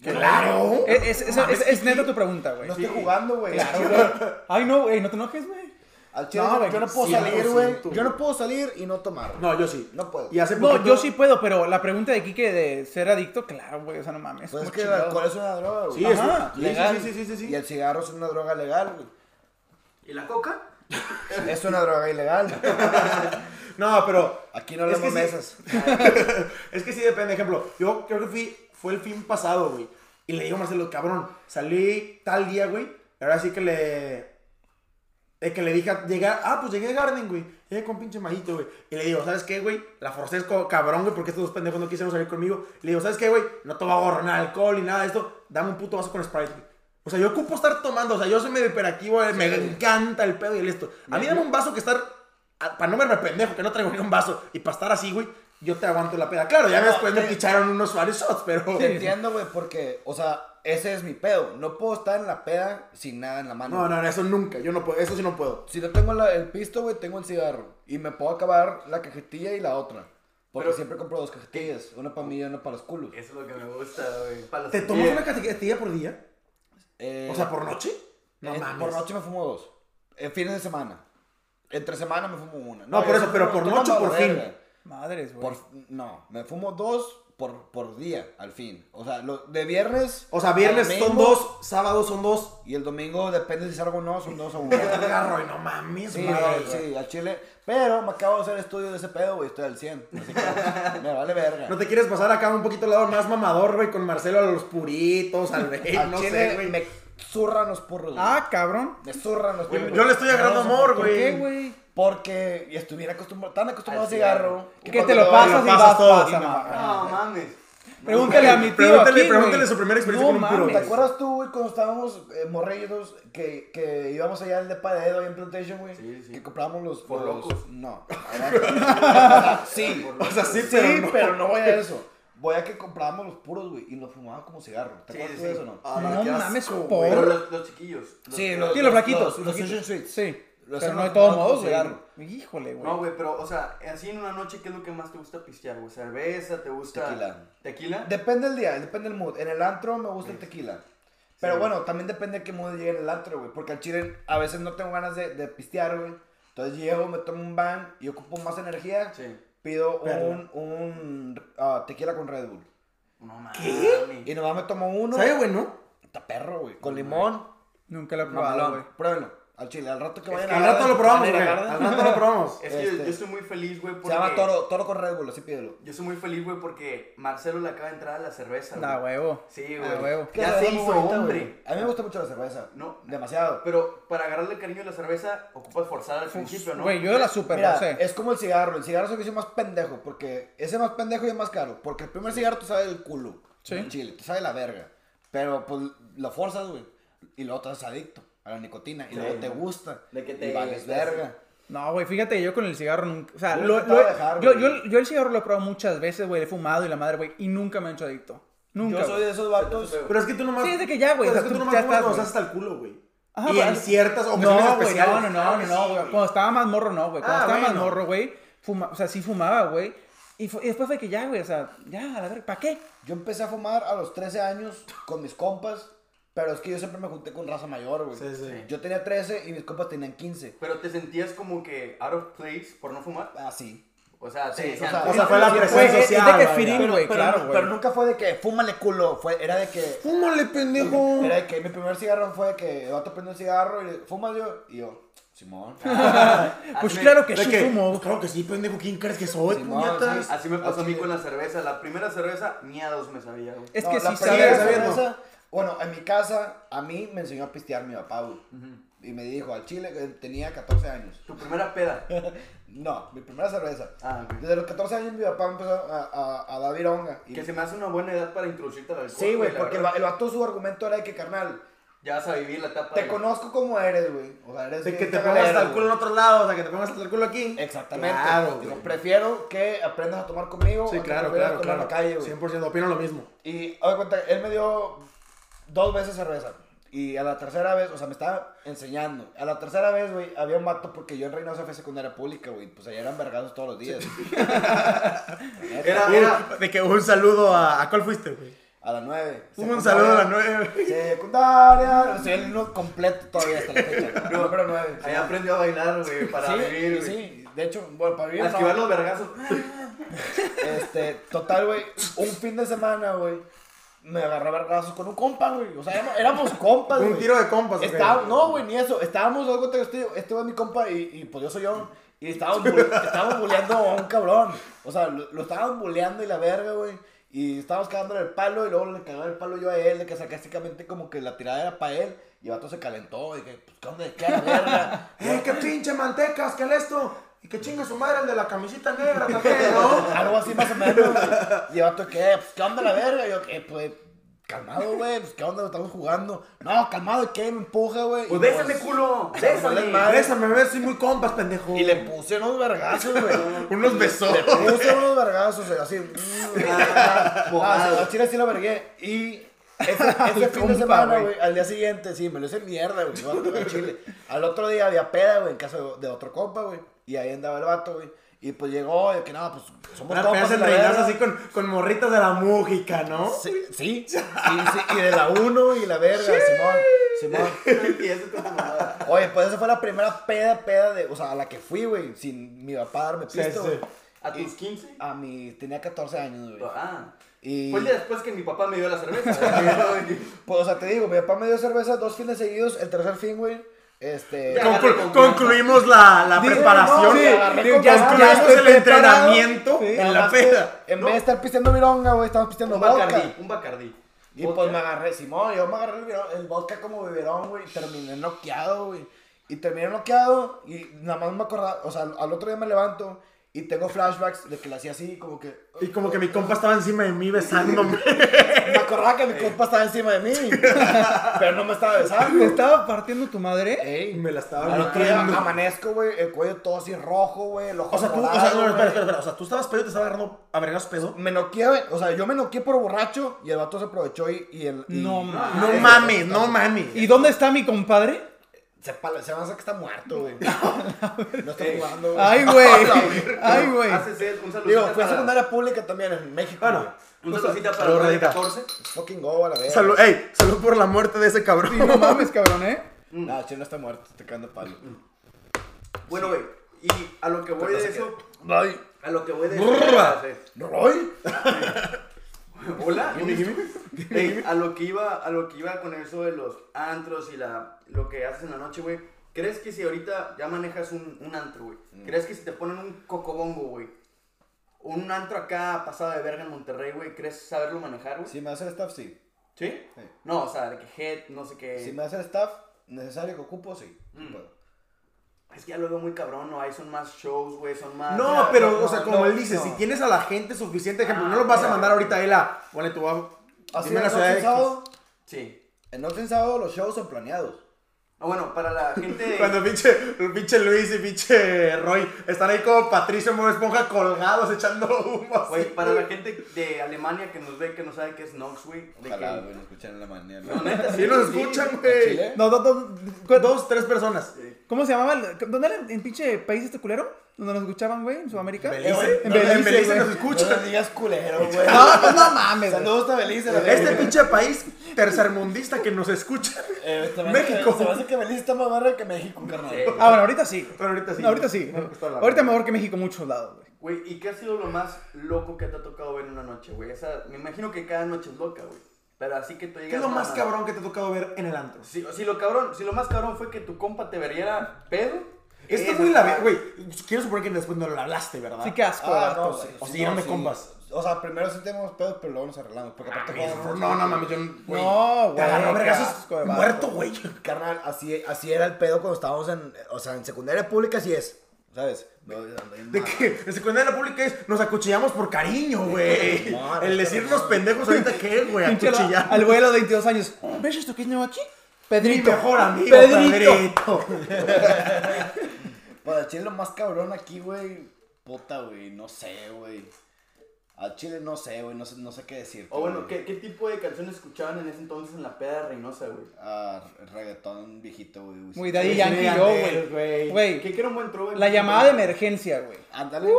Speaker 1: ¡Claro!
Speaker 4: Es, es, es, es- es neta tu pregunta, güey.
Speaker 3: No estoy jugando, güey.
Speaker 4: Claro, güey. Ay, no, güey, no te enojes, güey.
Speaker 3: Al chile,
Speaker 4: No,
Speaker 3: yo-
Speaker 4: güey,
Speaker 3: yo no puedo
Speaker 1: 100%,
Speaker 3: salir, güey.
Speaker 1: güey.
Speaker 3: Yo no puedo salir y no tomar. güey.
Speaker 1: No, yo sí.
Speaker 3: No puedo.
Speaker 1: Y hace
Speaker 4: No,
Speaker 1: poquito-
Speaker 4: yo sí puedo, pero la pregunta de Kike de ser adicto, claro, güey, o sea, no mames.
Speaker 3: Pues es
Speaker 4: ¿cómo
Speaker 3: que el
Speaker 4: chingado?
Speaker 3: alcohol es una droga, güey.
Speaker 1: Sí, es-
Speaker 4: Ajá,
Speaker 1: sí, sí,
Speaker 3: legal.
Speaker 1: sí, sí, sí, sí.
Speaker 3: Y el cigarro es una droga legal, güey.
Speaker 2: ¿Y la coca?
Speaker 3: Es una droga ilegal.
Speaker 1: No, pero
Speaker 3: Aquí no
Speaker 1: Es
Speaker 3: hablamos
Speaker 1: que sí.
Speaker 3: mesas.
Speaker 1: es que sí depende. Ejemplo, yo creo que fui, fue el fin pasado, güey. Y le digo a Marcelo, cabrón, salí tal día, güey. La verdad sí que le. de que le dije, a- llegar, ah, pues llegué a Garden, güey. Llegué con pinche majito, güey. Y le digo, ¿sabes qué, güey? La forcé co- cabrón, güey, porque estos dos pendejos no quisieron salir conmigo. Le digo, ¿sabes qué, güey? No te voy a borrar nada de alcohol ni nada de esto. Dame un puto vaso con Sprite, güey. O sea, yo ocupo estar tomando. O sea, yo soy medio hiperactivo, güey, me encanta el pedo y el esto. A mí dame un vaso que estar para no verme pendejo, que no traigo ni un vaso, y para estar así, güey, yo te aguanto la peda. Claro, ya
Speaker 3: No,
Speaker 1: después me
Speaker 3: te-
Speaker 1: picharon unos varios shots, pero.
Speaker 3: Te entiendo, güey, porque, o sea, ese es mi pedo. No puedo estar en la peda sin nada en la mano.
Speaker 1: No, no, no, eso nunca, yo no puedo, eso sí no puedo.
Speaker 3: Si no tengo la- el pisto, güey, tengo el cigarro. Y me puedo acabar la cajetilla y la otra. Porque
Speaker 2: Pero-
Speaker 3: siempre compro dos cajetillas, una para mí y una para los culos.
Speaker 2: Eso es lo que me gusta, güey. Pa' los
Speaker 1: ¿Te tomas
Speaker 2: pies.
Speaker 1: una cajetilla por día?
Speaker 3: Eh,
Speaker 1: O sea, por noche. No
Speaker 3: eh,
Speaker 1: mames.
Speaker 3: Por noche me fumo dos. En fines de semana. Entre semana me fumo una.
Speaker 1: No, por
Speaker 3: yo
Speaker 1: eso,
Speaker 3: me
Speaker 1: pero
Speaker 3: fumo-
Speaker 1: por
Speaker 3: tú
Speaker 1: noche o por
Speaker 3: mamá,
Speaker 1: fin.
Speaker 3: verga.
Speaker 4: Madres, güey.
Speaker 3: Por- no, me fumo dos por, por día, al fin. O sea, lo- de viernes.
Speaker 1: O sea, viernes
Speaker 3: a
Speaker 1: son
Speaker 3: domingo,
Speaker 1: dos, sábado son dos.
Speaker 3: Y el domingo, depende si salgo o no, son dos o uno.
Speaker 1: Agarro y no mames,
Speaker 3: Sí,
Speaker 1: madre,
Speaker 3: no, sí, al chile. Pero me acabo de hacer estudio de ese pedo, güey. Estoy al 100. Así que me vale verga.
Speaker 1: ¿No te quieres pasar acá un poquito al lado más mamador, güey, con Marcelo a los puritos, al güey?
Speaker 3: al
Speaker 1: no
Speaker 3: chile
Speaker 1: sé, güey.
Speaker 3: me zurran los purros. güey.
Speaker 4: Ah, cabrón.
Speaker 3: Me zurran los
Speaker 2: Güey,
Speaker 3: purros.
Speaker 1: Yo le estoy agarrando
Speaker 3: No,
Speaker 1: amor,
Speaker 3: ¿por
Speaker 1: güey.
Speaker 4: ¿Qué, güey?
Speaker 3: Porque estuviera acostumbrado, tan acostumbrado al
Speaker 2: Al cigarro.
Speaker 3: cigarro.
Speaker 4: Que
Speaker 3: cuando
Speaker 4: te lo
Speaker 3: veo-
Speaker 4: pasas y
Speaker 1: pasas
Speaker 4: vas
Speaker 1: todo,
Speaker 4: pasa,
Speaker 1: sí,
Speaker 4: mamá.
Speaker 1: no,
Speaker 2: No, mames.
Speaker 4: Pregúntale a mi tío
Speaker 1: Pregúntale-
Speaker 4: aquí,
Speaker 1: pregúntale
Speaker 4: güey.
Speaker 1: su primera experiencia con un puro,
Speaker 4: mames.
Speaker 3: ¿Te acuerdas tú, güey, cuando estábamos eh, morrillos que, que íbamos allá al depa de Edo ahí en Plantation, güey?
Speaker 2: Sí, sí.
Speaker 3: Que comprábamos los...
Speaker 2: Por
Speaker 3: los-
Speaker 2: locos.
Speaker 3: No. Ahora- sí.
Speaker 2: Por
Speaker 1: O sea, sí,
Speaker 3: Sí,
Speaker 1: pero no.
Speaker 3: voy a eso. Voy a que comprábamos los puros, güey, y los fumábamos como cigarro. ¿Te
Speaker 2: Sí,
Speaker 3: acuerdas
Speaker 2: sí.
Speaker 3: tú de eso, no?
Speaker 1: Ah,
Speaker 4: No
Speaker 1: qué asco,
Speaker 4: mames,
Speaker 1: güey.
Speaker 4: por-
Speaker 2: Pero los, los chiquillos. los-
Speaker 4: Sí, los flaquitos.
Speaker 3: Los, los Asian Sweets.
Speaker 4: Sí.
Speaker 3: Los
Speaker 4: pero
Speaker 3: hacen
Speaker 4: no de
Speaker 3: los-
Speaker 4: todos
Speaker 3: los
Speaker 4: modos,
Speaker 3: cigarro.
Speaker 4: güey. Híjole, güey.
Speaker 2: No, güey, pero, o sea, así en una noche, ¿qué es lo que más te gusta pistear, güey? ¿Cerveza? ¿Te gusta...?
Speaker 3: Tequila.
Speaker 2: ¿Tequila?
Speaker 3: Depende del día, depende del mood. En el antro me gusta el tequila. Pero
Speaker 2: Sí.
Speaker 3: bueno, también depende de qué mood llegue en el antro, güey. Porque al chile a veces no tengo ganas de, de pistear, güey. Entonces llego, me tomo un ban y ocupo más energía.
Speaker 2: Sí.
Speaker 3: Pido
Speaker 1: Perla.
Speaker 3: un, un ah, tequila con Red Bull.
Speaker 2: No
Speaker 3: Y
Speaker 2: mames.
Speaker 3: nomás me tomo uno.
Speaker 1: ¿Sabe, güey, no?
Speaker 3: Está perro, güey. Con limón.
Speaker 4: Nunca lo he probado, güey.
Speaker 3: Mamalón. Pruébenlo. Al chile, al rato que vayan
Speaker 1: Al rato lo probamos, güey.
Speaker 3: güey.
Speaker 1: Al rato lo probamos.
Speaker 2: Es que yo-
Speaker 3: Este.
Speaker 2: yo estoy muy feliz, güey, porque...
Speaker 3: Se llama toro, toro con Red Bull, así pídelo.
Speaker 2: Yo estoy muy feliz, güey, porque Marcelo le acaba de entrar a la cerveza, güey.
Speaker 4: Da huevo.
Speaker 2: Sí,
Speaker 4: Da
Speaker 2: güey.
Speaker 4: huevo.
Speaker 2: Ya
Speaker 3: Qué
Speaker 2: se
Speaker 3: raro,
Speaker 2: hizo
Speaker 3: güey, ahorita,
Speaker 2: hombre.
Speaker 3: güey. A mí me gusta mucho la cerveza.
Speaker 2: No.
Speaker 3: Demasiado.
Speaker 2: Pero para agarrarle el cariño a la cerveza, ocupas forzar al principio, ¿no?
Speaker 4: Güey, yo de la super
Speaker 3: Mira,
Speaker 4: no sé.
Speaker 3: es como el cigarro. El cigarro es el vicio más pendejo. Porque ese más pendejo y es más caro. Porque el primer cigarro te sabe el culo.
Speaker 4: Sí.
Speaker 3: En Chile, te sabe la verga. Pero pues lo forzas, güey. Y luego te haces adicto a la nicotina. Y
Speaker 2: Sí.
Speaker 3: luego te gusta.
Speaker 2: De que
Speaker 3: y
Speaker 2: te-
Speaker 3: vales
Speaker 2: te-
Speaker 3: verga.
Speaker 4: No, güey, fíjate que yo con el cigarro nunca. O sea,
Speaker 3: Yo
Speaker 4: lo-
Speaker 3: lo trataba
Speaker 4: lo-
Speaker 3: de dejar,
Speaker 4: yo,
Speaker 3: güey.
Speaker 4: yo, yo el cigarro lo he probado muchas veces, güey. Le he fumado y la madre, güey. Y nunca me he hecho adicto.
Speaker 3: Yo
Speaker 4: Nunca.
Speaker 3: soy
Speaker 4: güey.
Speaker 3: de esos vatos.
Speaker 1: Pero es que tú nomás.
Speaker 4: Sí, es de que ya, güey,
Speaker 1: Pero
Speaker 4: o sea,
Speaker 1: Es que tú
Speaker 4: tú
Speaker 1: nomás
Speaker 4: ya
Speaker 1: fumas
Speaker 4: estás,
Speaker 1: cuando
Speaker 4: güey.
Speaker 1: estás hasta el culo, güey.
Speaker 4: Ajá,
Speaker 1: Y
Speaker 4: pues,
Speaker 1: en ciertas ocasiones
Speaker 4: No, güey,
Speaker 1: especiales.
Speaker 4: no, no, no, no, no, güey. Cuando estaba más morro, no, güey. Cuando
Speaker 1: Ah,
Speaker 4: estaba
Speaker 1: bueno.
Speaker 4: más morro, güey. fuma- O sea, sí fumaba, güey. Y, fu- y después fue que ya, güey, o sea, ya, a la verga, ¿para qué?
Speaker 3: Yo empecé a fumar a los 13 años con mis compas, pero es que yo siempre me junté con raza mayor, güey.
Speaker 1: Sí, sí.
Speaker 3: Yo tenía 13 y mis compas tenían 15.
Speaker 2: Pero te sentías como que out of place por no fumar.
Speaker 3: Así.
Speaker 2: O sea, te
Speaker 3: Sí,
Speaker 2: decían,
Speaker 3: o sea,
Speaker 2: "Oye,
Speaker 1: O sea, fue la
Speaker 2: güey,
Speaker 1: presión
Speaker 4: Güey, es- es de
Speaker 1: social.
Speaker 4: que
Speaker 1: vaya.
Speaker 4: feeling, güey.
Speaker 3: pero,
Speaker 4: claro,
Speaker 3: nu-
Speaker 4: güey.
Speaker 3: pero nunca fue de que fúmale culo, fue, era de que...
Speaker 1: Fúmale, pendejo.
Speaker 3: Era de que mi primer cigarro fue de que el vato prende un cigarro y le fumas yo. Y yo, Simón.
Speaker 4: Pues
Speaker 2: así me-
Speaker 4: claro que
Speaker 1: De
Speaker 4: sí
Speaker 1: que,
Speaker 4: fumo.
Speaker 1: pues claro que sí, pendejo. ¿Quién crees que soy,
Speaker 3: Sí, no,
Speaker 1: puñetas?
Speaker 3: sí.
Speaker 2: Así me pasó a mí
Speaker 3: Así-
Speaker 2: con la cerveza. La primera cerveza, ni a dos me sabía, güey.
Speaker 4: Es
Speaker 3: No,
Speaker 4: que
Speaker 3: la
Speaker 4: sí
Speaker 3: primera
Speaker 1: sabía,
Speaker 4: sabes.
Speaker 1: sabía, no.
Speaker 3: cerveza- Bueno, en mi casa, a mí me enseñó a pistear mi papá, güey. Y me dijo, al chile, eh, tenía 14 años.
Speaker 2: Tu primera peda.
Speaker 3: No, mi primera cerveza.
Speaker 2: Ah, ok.
Speaker 3: Desde los 14 años mi papá empezó a, a, a dar vironga. Y-
Speaker 2: Que se me hace una buena edad para introducirte al alcohol.
Speaker 3: Sí, güey,
Speaker 2: la
Speaker 3: porque el,
Speaker 2: verdad.
Speaker 3: va- el vato su argumento era de que, carnal,
Speaker 2: Ya vas a vivir la etapa.
Speaker 3: te
Speaker 2: de-
Speaker 3: conozco como eres, güey. O sea, eres...
Speaker 1: De que
Speaker 3: bien
Speaker 1: te pongas
Speaker 3: cagadero,
Speaker 1: hasta el
Speaker 3: güey.
Speaker 1: culo en otros lados, o sea, que te pongas hasta el culo aquí.
Speaker 3: Exactamente.
Speaker 1: Claro,
Speaker 3: Digo,
Speaker 1: güey.
Speaker 3: prefiero que aprendas a tomar conmigo.
Speaker 1: Sí,
Speaker 3: a que
Speaker 1: claro,
Speaker 3: prefieras
Speaker 1: claro,
Speaker 3: tomar
Speaker 1: claro.
Speaker 3: en la calle, güey.
Speaker 1: 100% opino lo mismo.
Speaker 3: Y, haz de cuenta, él me dio dos veces cerveza. Y a la tercera vez, o sea, me estaba enseñando. A la tercera vez, güey, había un vato porque yo en Reynosa fui a secundaria pública, güey. Pues allá eran vergados todos los días.
Speaker 2: Era, era.
Speaker 1: De que un saludo a. ¿A cuál fuiste, güey?
Speaker 3: A las nueve.
Speaker 1: Un saludo a las
Speaker 3: Secundaria.
Speaker 1: nueve.
Speaker 3: Secundaria, soy el uno completo todavía hasta la fecha.
Speaker 2: No.
Speaker 3: Número 9.
Speaker 2: Ahí aprendió a bailar, güey, para
Speaker 3: sí,
Speaker 2: vivir, güey.
Speaker 3: sí, de hecho, bueno, para vivir.
Speaker 2: A esquivar
Speaker 3: no.
Speaker 2: los vergazos.
Speaker 3: Este, total, güey, un fin de semana, güey, me agarré a vergazos con un compa, güey. O sea, éramos, éramos compas, güey.
Speaker 1: Un tiro de compas, güey.
Speaker 3: Está- No, güey, ni eso. Estábamos, algo te este, este güey es mi compa y, y pues yo soy yo. Y estábamos, bu- estábamos buleando a un cabrón. O sea, lo, lo estábamos buleando y la verga, güey. Y estábamos cagándole el palo y luego le cagaba el palo yo a él, de que sarcásticamente como que la tirada era para él. Y el vato se calentó y que, pues, ¿qué onda? ¿Qué a la verga?
Speaker 1: ¡Eh, qué pinche mantecas! ¿Qué es esto? Y que chinga su madre el de la camisita negra también, ¿no?
Speaker 3: Algo así más o menos. güey. Y el vato, ¿qué? Pues, ¿qué onda la verga? Y yo, ¿qué? Pues, calmado, güey. Pues, ¿qué onda? Estamos jugando. No, calmado, ¿y ¿qué? Me empuja, güey. Y
Speaker 2: Pues bésame,
Speaker 3: pues,
Speaker 2: culo.
Speaker 3: vale
Speaker 2: Bésame.
Speaker 3: madre.
Speaker 1: Bésame, a ver, soy muy compas, pendejo.
Speaker 3: Y le puse unos vergazos, güey.
Speaker 1: unos besos.
Speaker 3: Le puse unos vergazos, así. mm, ah, ah, sí, Al chile sí lo vergué. Y ese, ese fin
Speaker 4: compa,
Speaker 3: de semana,
Speaker 4: güey.
Speaker 3: güey, al día siguiente, sí, me lo hice mierda, güey. yo, al chile. Al otro día había peda, güey, en casa de, de otro compa, güey. Y ahí andaba el vato, güey. Y pues llegó, y que nada, pues somos
Speaker 1: Ahora
Speaker 3: topas
Speaker 1: pegas
Speaker 3: y
Speaker 1: el
Speaker 3: la
Speaker 1: reinazo
Speaker 3: verga.
Speaker 1: así con, con morritas de la música, ¿no?
Speaker 3: Sí, sí, sí, sí, y de la 1 y la verga, Simón, Simón.
Speaker 2: Empiezo con tu mamada.
Speaker 3: Oye, pues esa fue la primera peda, peda de, o sea, a la que fui, güey, sin mi papá darme
Speaker 1: Sí,
Speaker 3: pisto,
Speaker 1: sí.
Speaker 3: güey.
Speaker 2: ¿A tus 15?
Speaker 3: A mi, tenía 14 años, güey.
Speaker 2: Ah.
Speaker 3: Y,
Speaker 2: Fue el día después que mi papá me dio la cerveza.
Speaker 3: pues, o sea, te digo, mi papá me dio cerveza dos fines seguidos, el tercer fin, güey, este...
Speaker 2: Ya,
Speaker 1: Conclu-
Speaker 2: Agarré confianza.
Speaker 1: concluimos la, la
Speaker 3: Digo,
Speaker 1: preparación.
Speaker 3: no, sí, agarré
Speaker 1: Digo, ya
Speaker 3: confianza.
Speaker 1: concluimos el
Speaker 3: Estoy preparado.
Speaker 1: entrenamiento
Speaker 3: Sí.
Speaker 1: en
Speaker 3: Nada
Speaker 1: la
Speaker 3: más que
Speaker 1: peda.
Speaker 3: En
Speaker 2: No.
Speaker 3: vez de estar pisteando vironga, güey, estamos pisteando
Speaker 2: un
Speaker 3: vodka.
Speaker 2: bacardí, un bacardí.
Speaker 3: Y pues me agarré, Simón, yo me agarré el, virón- el vodka como biberón, güey, y terminé noqueado, güey. Y terminé noqueado y nada más me acordaba, o sea, al al otro día me levanto y tengo flashbacks de que le hacía así, como que...
Speaker 1: Y como que mi compa estaba encima de mí besándome.
Speaker 3: Me acordaba que mi compa estaba encima de mí, pero no me estaba
Speaker 4: ¿Te
Speaker 3: besando.
Speaker 4: estaba partiendo tu madre?
Speaker 3: Ey,
Speaker 1: me la estaba
Speaker 3: al otro día
Speaker 1: metiendo.
Speaker 3: amanezco, güey, el cuello todo así rojo, güey, el ojo
Speaker 1: O sea, tú, o sea,
Speaker 3: morado,
Speaker 1: no, no, espera,
Speaker 3: güey.
Speaker 1: espera, espera. O sea, tú estabas pedo y te estaba agarrando a vergas pedo.
Speaker 3: Me noqueé, güey, o sea, yo me noqueé por borracho y el vato se aprovechó y, y el... y-
Speaker 4: No mames.
Speaker 1: No
Speaker 3: eso,
Speaker 1: mames,
Speaker 3: eso,
Speaker 1: no mames.
Speaker 4: ¿Y dónde está mi compadre?
Speaker 3: Se, pala- se me hace que está muerto, güey. No está jugando, güey.
Speaker 4: Ay, güey. Ay, güey.
Speaker 2: Haces él, un saludito.
Speaker 3: Digo, fue secundaria pública también en México.
Speaker 1: Bueno.
Speaker 3: güey.
Speaker 2: Un saludito para
Speaker 1: Salud,
Speaker 2: los de
Speaker 1: Radita.
Speaker 2: 14.
Speaker 3: Fucking go a la verga. Eh.
Speaker 1: Salud, ey, salud por la muerte de ese
Speaker 4: Sí,
Speaker 1: cabrón.
Speaker 4: no mames, cabrón, ¿eh?
Speaker 3: No, Chino está muerto, está cagando palo.
Speaker 2: Bueno, güey. Y a lo que voy de eso.
Speaker 3: Ay,
Speaker 2: A lo que voy de
Speaker 1: Brrra.
Speaker 2: eso.
Speaker 3: Roy.
Speaker 2: Hola. Ey, a lo que iba, a lo que iba con eso de los antros y la lo que haces en la noche, güey. ¿Crees que si ahorita ya manejas un, un antro, güey?
Speaker 1: Mm.
Speaker 2: ¿Crees que si te ponen un cocobongo, güey? Un antro acá pasado de verga en Monterrey, güey, ¿crees saberlo manejar, güey?
Speaker 3: Si me hace el staff, sí.
Speaker 2: ¿Sí?
Speaker 3: Sí.
Speaker 2: No, o sea, de que head, no sé qué.
Speaker 3: Si me hace el staff necesario que ocupo, sí. Sí
Speaker 2: Mm.
Speaker 3: puedo.
Speaker 2: Es que ya luego muy cabrón, ¿no? Ahí son más shows, güey, son más...
Speaker 1: No, pero, o sea, como
Speaker 3: no,
Speaker 1: él dice,
Speaker 3: no.
Speaker 1: si tienes a la gente suficiente, ejemplo,
Speaker 2: Ah,
Speaker 1: no lo vas a
Speaker 2: mira.
Speaker 1: mandar ahorita a él a. Ponle tu bajo.
Speaker 3: Así
Speaker 1: Dime la
Speaker 3: Ah, en el
Speaker 1: ciudad de.
Speaker 3: sábado,
Speaker 2: Sí.
Speaker 3: en Noche en sábado los shows son planeados.
Speaker 2: Ah, bueno, para la gente...
Speaker 1: Cuando pinche, pinche Luis y pinche Roy están ahí como Patricio Moro Esponja colgados echando humo. así.
Speaker 2: Güey, para la gente de Alemania que nos ve, que no sabe qué es Nox, güey. de
Speaker 3: Ojalá,
Speaker 2: que-
Speaker 3: güey, nos escuchan en la mañana.
Speaker 2: No, neta,
Speaker 1: Sí nos
Speaker 2: sí.
Speaker 1: escuchan,
Speaker 3: ¿En
Speaker 1: güey.
Speaker 3: Chile?
Speaker 4: No, no, no, cu-
Speaker 1: Dos, tres personas.
Speaker 4: ¿Cómo se llamaba? el- ¿Dónde era? ¿En pinche país este culero? ¿Donde nos escuchaban, güey? ¿En Sudamérica?
Speaker 1: Belice.
Speaker 4: Eh, güey,
Speaker 1: No,
Speaker 4: En
Speaker 1: en
Speaker 4: Belice,
Speaker 1: Belice
Speaker 4: güey.
Speaker 1: nos escuchan.
Speaker 3: No les digas culero, güey.
Speaker 4: No, pues no mames. güey.
Speaker 3: Saludos a Belice. la
Speaker 1: Este
Speaker 3: verga.
Speaker 1: pinche país tercermundista que nos escucha.
Speaker 3: Eh, se me hace que-
Speaker 1: México.
Speaker 3: Se me hace que Belice está más barra que México, carnal.
Speaker 2: Sí.
Speaker 4: Ah, bueno, ahorita sí. güey.
Speaker 1: Pero ahorita sí.
Speaker 4: No, ahorita sí.
Speaker 1: No, está la
Speaker 4: Ahorita
Speaker 1: verga.
Speaker 4: mejor que México en muchos lados, güey.
Speaker 2: Güey, ¿y qué ha sido lo más loco que te ha tocado ver en una noche, güey? Esa, me imagino que cada noche es loca, güey. Pero así que tú digas...
Speaker 1: ¿Qué es lo
Speaker 2: no,
Speaker 1: más
Speaker 2: no.
Speaker 1: cabrón que te ha tocado ver en el antro?
Speaker 2: Si, si lo cabrón, si lo más cabrón fue que tu compa te veriera pedo...
Speaker 1: Esto
Speaker 2: esa
Speaker 1: muy la
Speaker 2: está-
Speaker 1: güey. Quiero suponer que después no lo hablaste, ¿verdad?
Speaker 4: Sí, qué asco.
Speaker 3: Ah,
Speaker 4: vato,
Speaker 3: no,
Speaker 4: güey.
Speaker 3: sí,
Speaker 1: O sea,
Speaker 3: sí,
Speaker 1: ya
Speaker 3: no,
Speaker 1: me
Speaker 3: sí.
Speaker 1: compas.
Speaker 3: O sea, primero sí tenemos pedos, pero luego nos arreglamos. Porque aparte,
Speaker 1: No,
Speaker 3: jugamos-
Speaker 1: no, no mames, yo. güey.
Speaker 4: No,
Speaker 1: Te
Speaker 4: güey.
Speaker 1: agarró a
Speaker 4: qué
Speaker 1: vergazos
Speaker 4: asco de vato.
Speaker 1: muerto, güey.
Speaker 3: Carnal, así, así era el pedo cuando estábamos en, o sea, en secundaria pública, así es, ¿sabes? No, no, no,
Speaker 1: De que en secundaria pública es, nos acuchillamos por cariño, güey.
Speaker 3: No,
Speaker 1: El
Speaker 3: no,
Speaker 1: decirnos
Speaker 3: no.
Speaker 1: pendejos ahorita qué, güey,
Speaker 4: Pinche la-
Speaker 1: acuchillar.
Speaker 4: Al vuelo de 22 años. ¿Ves esto que es nuevo aquí?
Speaker 1: Mi
Speaker 4: Pedrito.
Speaker 1: mejor amigo,
Speaker 4: Pedrito.
Speaker 1: Pedrito.
Speaker 3: Pues al chile lo más cabrón aquí, güey, puta, güey, no sé, güey. Al chile no sé, güey, no sé, no sé qué decir.
Speaker 2: O bueno, ¿qué, ¿qué tipo de canciones escuchaban en ese entonces en la peda de Reynosa, güey?
Speaker 3: Ah, reggaetón viejito, güey. Wisin.
Speaker 4: Muy Daddy
Speaker 1: Sí,
Speaker 4: Yankee
Speaker 1: sí,
Speaker 4: yo,
Speaker 1: Yandel,
Speaker 4: güey.
Speaker 1: güey.
Speaker 2: ¿Qué,
Speaker 4: Güey,
Speaker 2: que era un buen trove?
Speaker 4: la llamada de emergencia, güey.
Speaker 3: Ándale.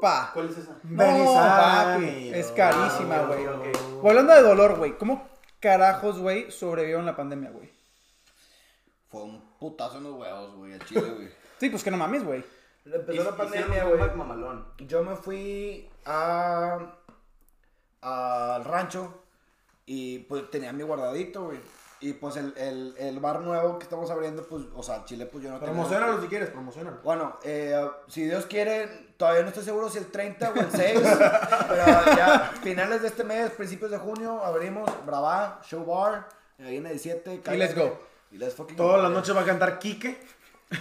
Speaker 4: Pa.
Speaker 2: ¿Cuál es esa?
Speaker 4: No, papi,
Speaker 1: Benny
Speaker 4: es
Speaker 2: carísima,
Speaker 4: carísima,
Speaker 2: Ah,
Speaker 4: güey.
Speaker 2: güey, ok, ok.
Speaker 4: Volando de dolor, güey. ¿Cómo carajos, güey, sobrevivieron la pandemia, güey?
Speaker 3: Fue un putazo en los huevos, güey, al chile, güey.
Speaker 4: Sí, pues que no mames, güey.
Speaker 3: Empezó la
Speaker 2: Hicieron
Speaker 3: pandemia,
Speaker 2: un
Speaker 3: güey.
Speaker 2: comeback mamalón.
Speaker 3: Yo me fui a al rancho y pues tenía mi guardadito, güey. Y pues el, el, el bar nuevo que estamos abriendo, pues, o sea, Chile, pues yo no tengo.
Speaker 1: Promocionalo si quieres, promocionalo.
Speaker 3: Bueno, eh, si Dios quiere, todavía no estoy seguro si el 30 o el 6, pero ya finales de este mes, principios de junio, abrimos Brava, Show Bar, ahí en el 7.
Speaker 4: Y let's go.
Speaker 3: Y let's fucking go.
Speaker 1: Todas las noches va a cantar Quique.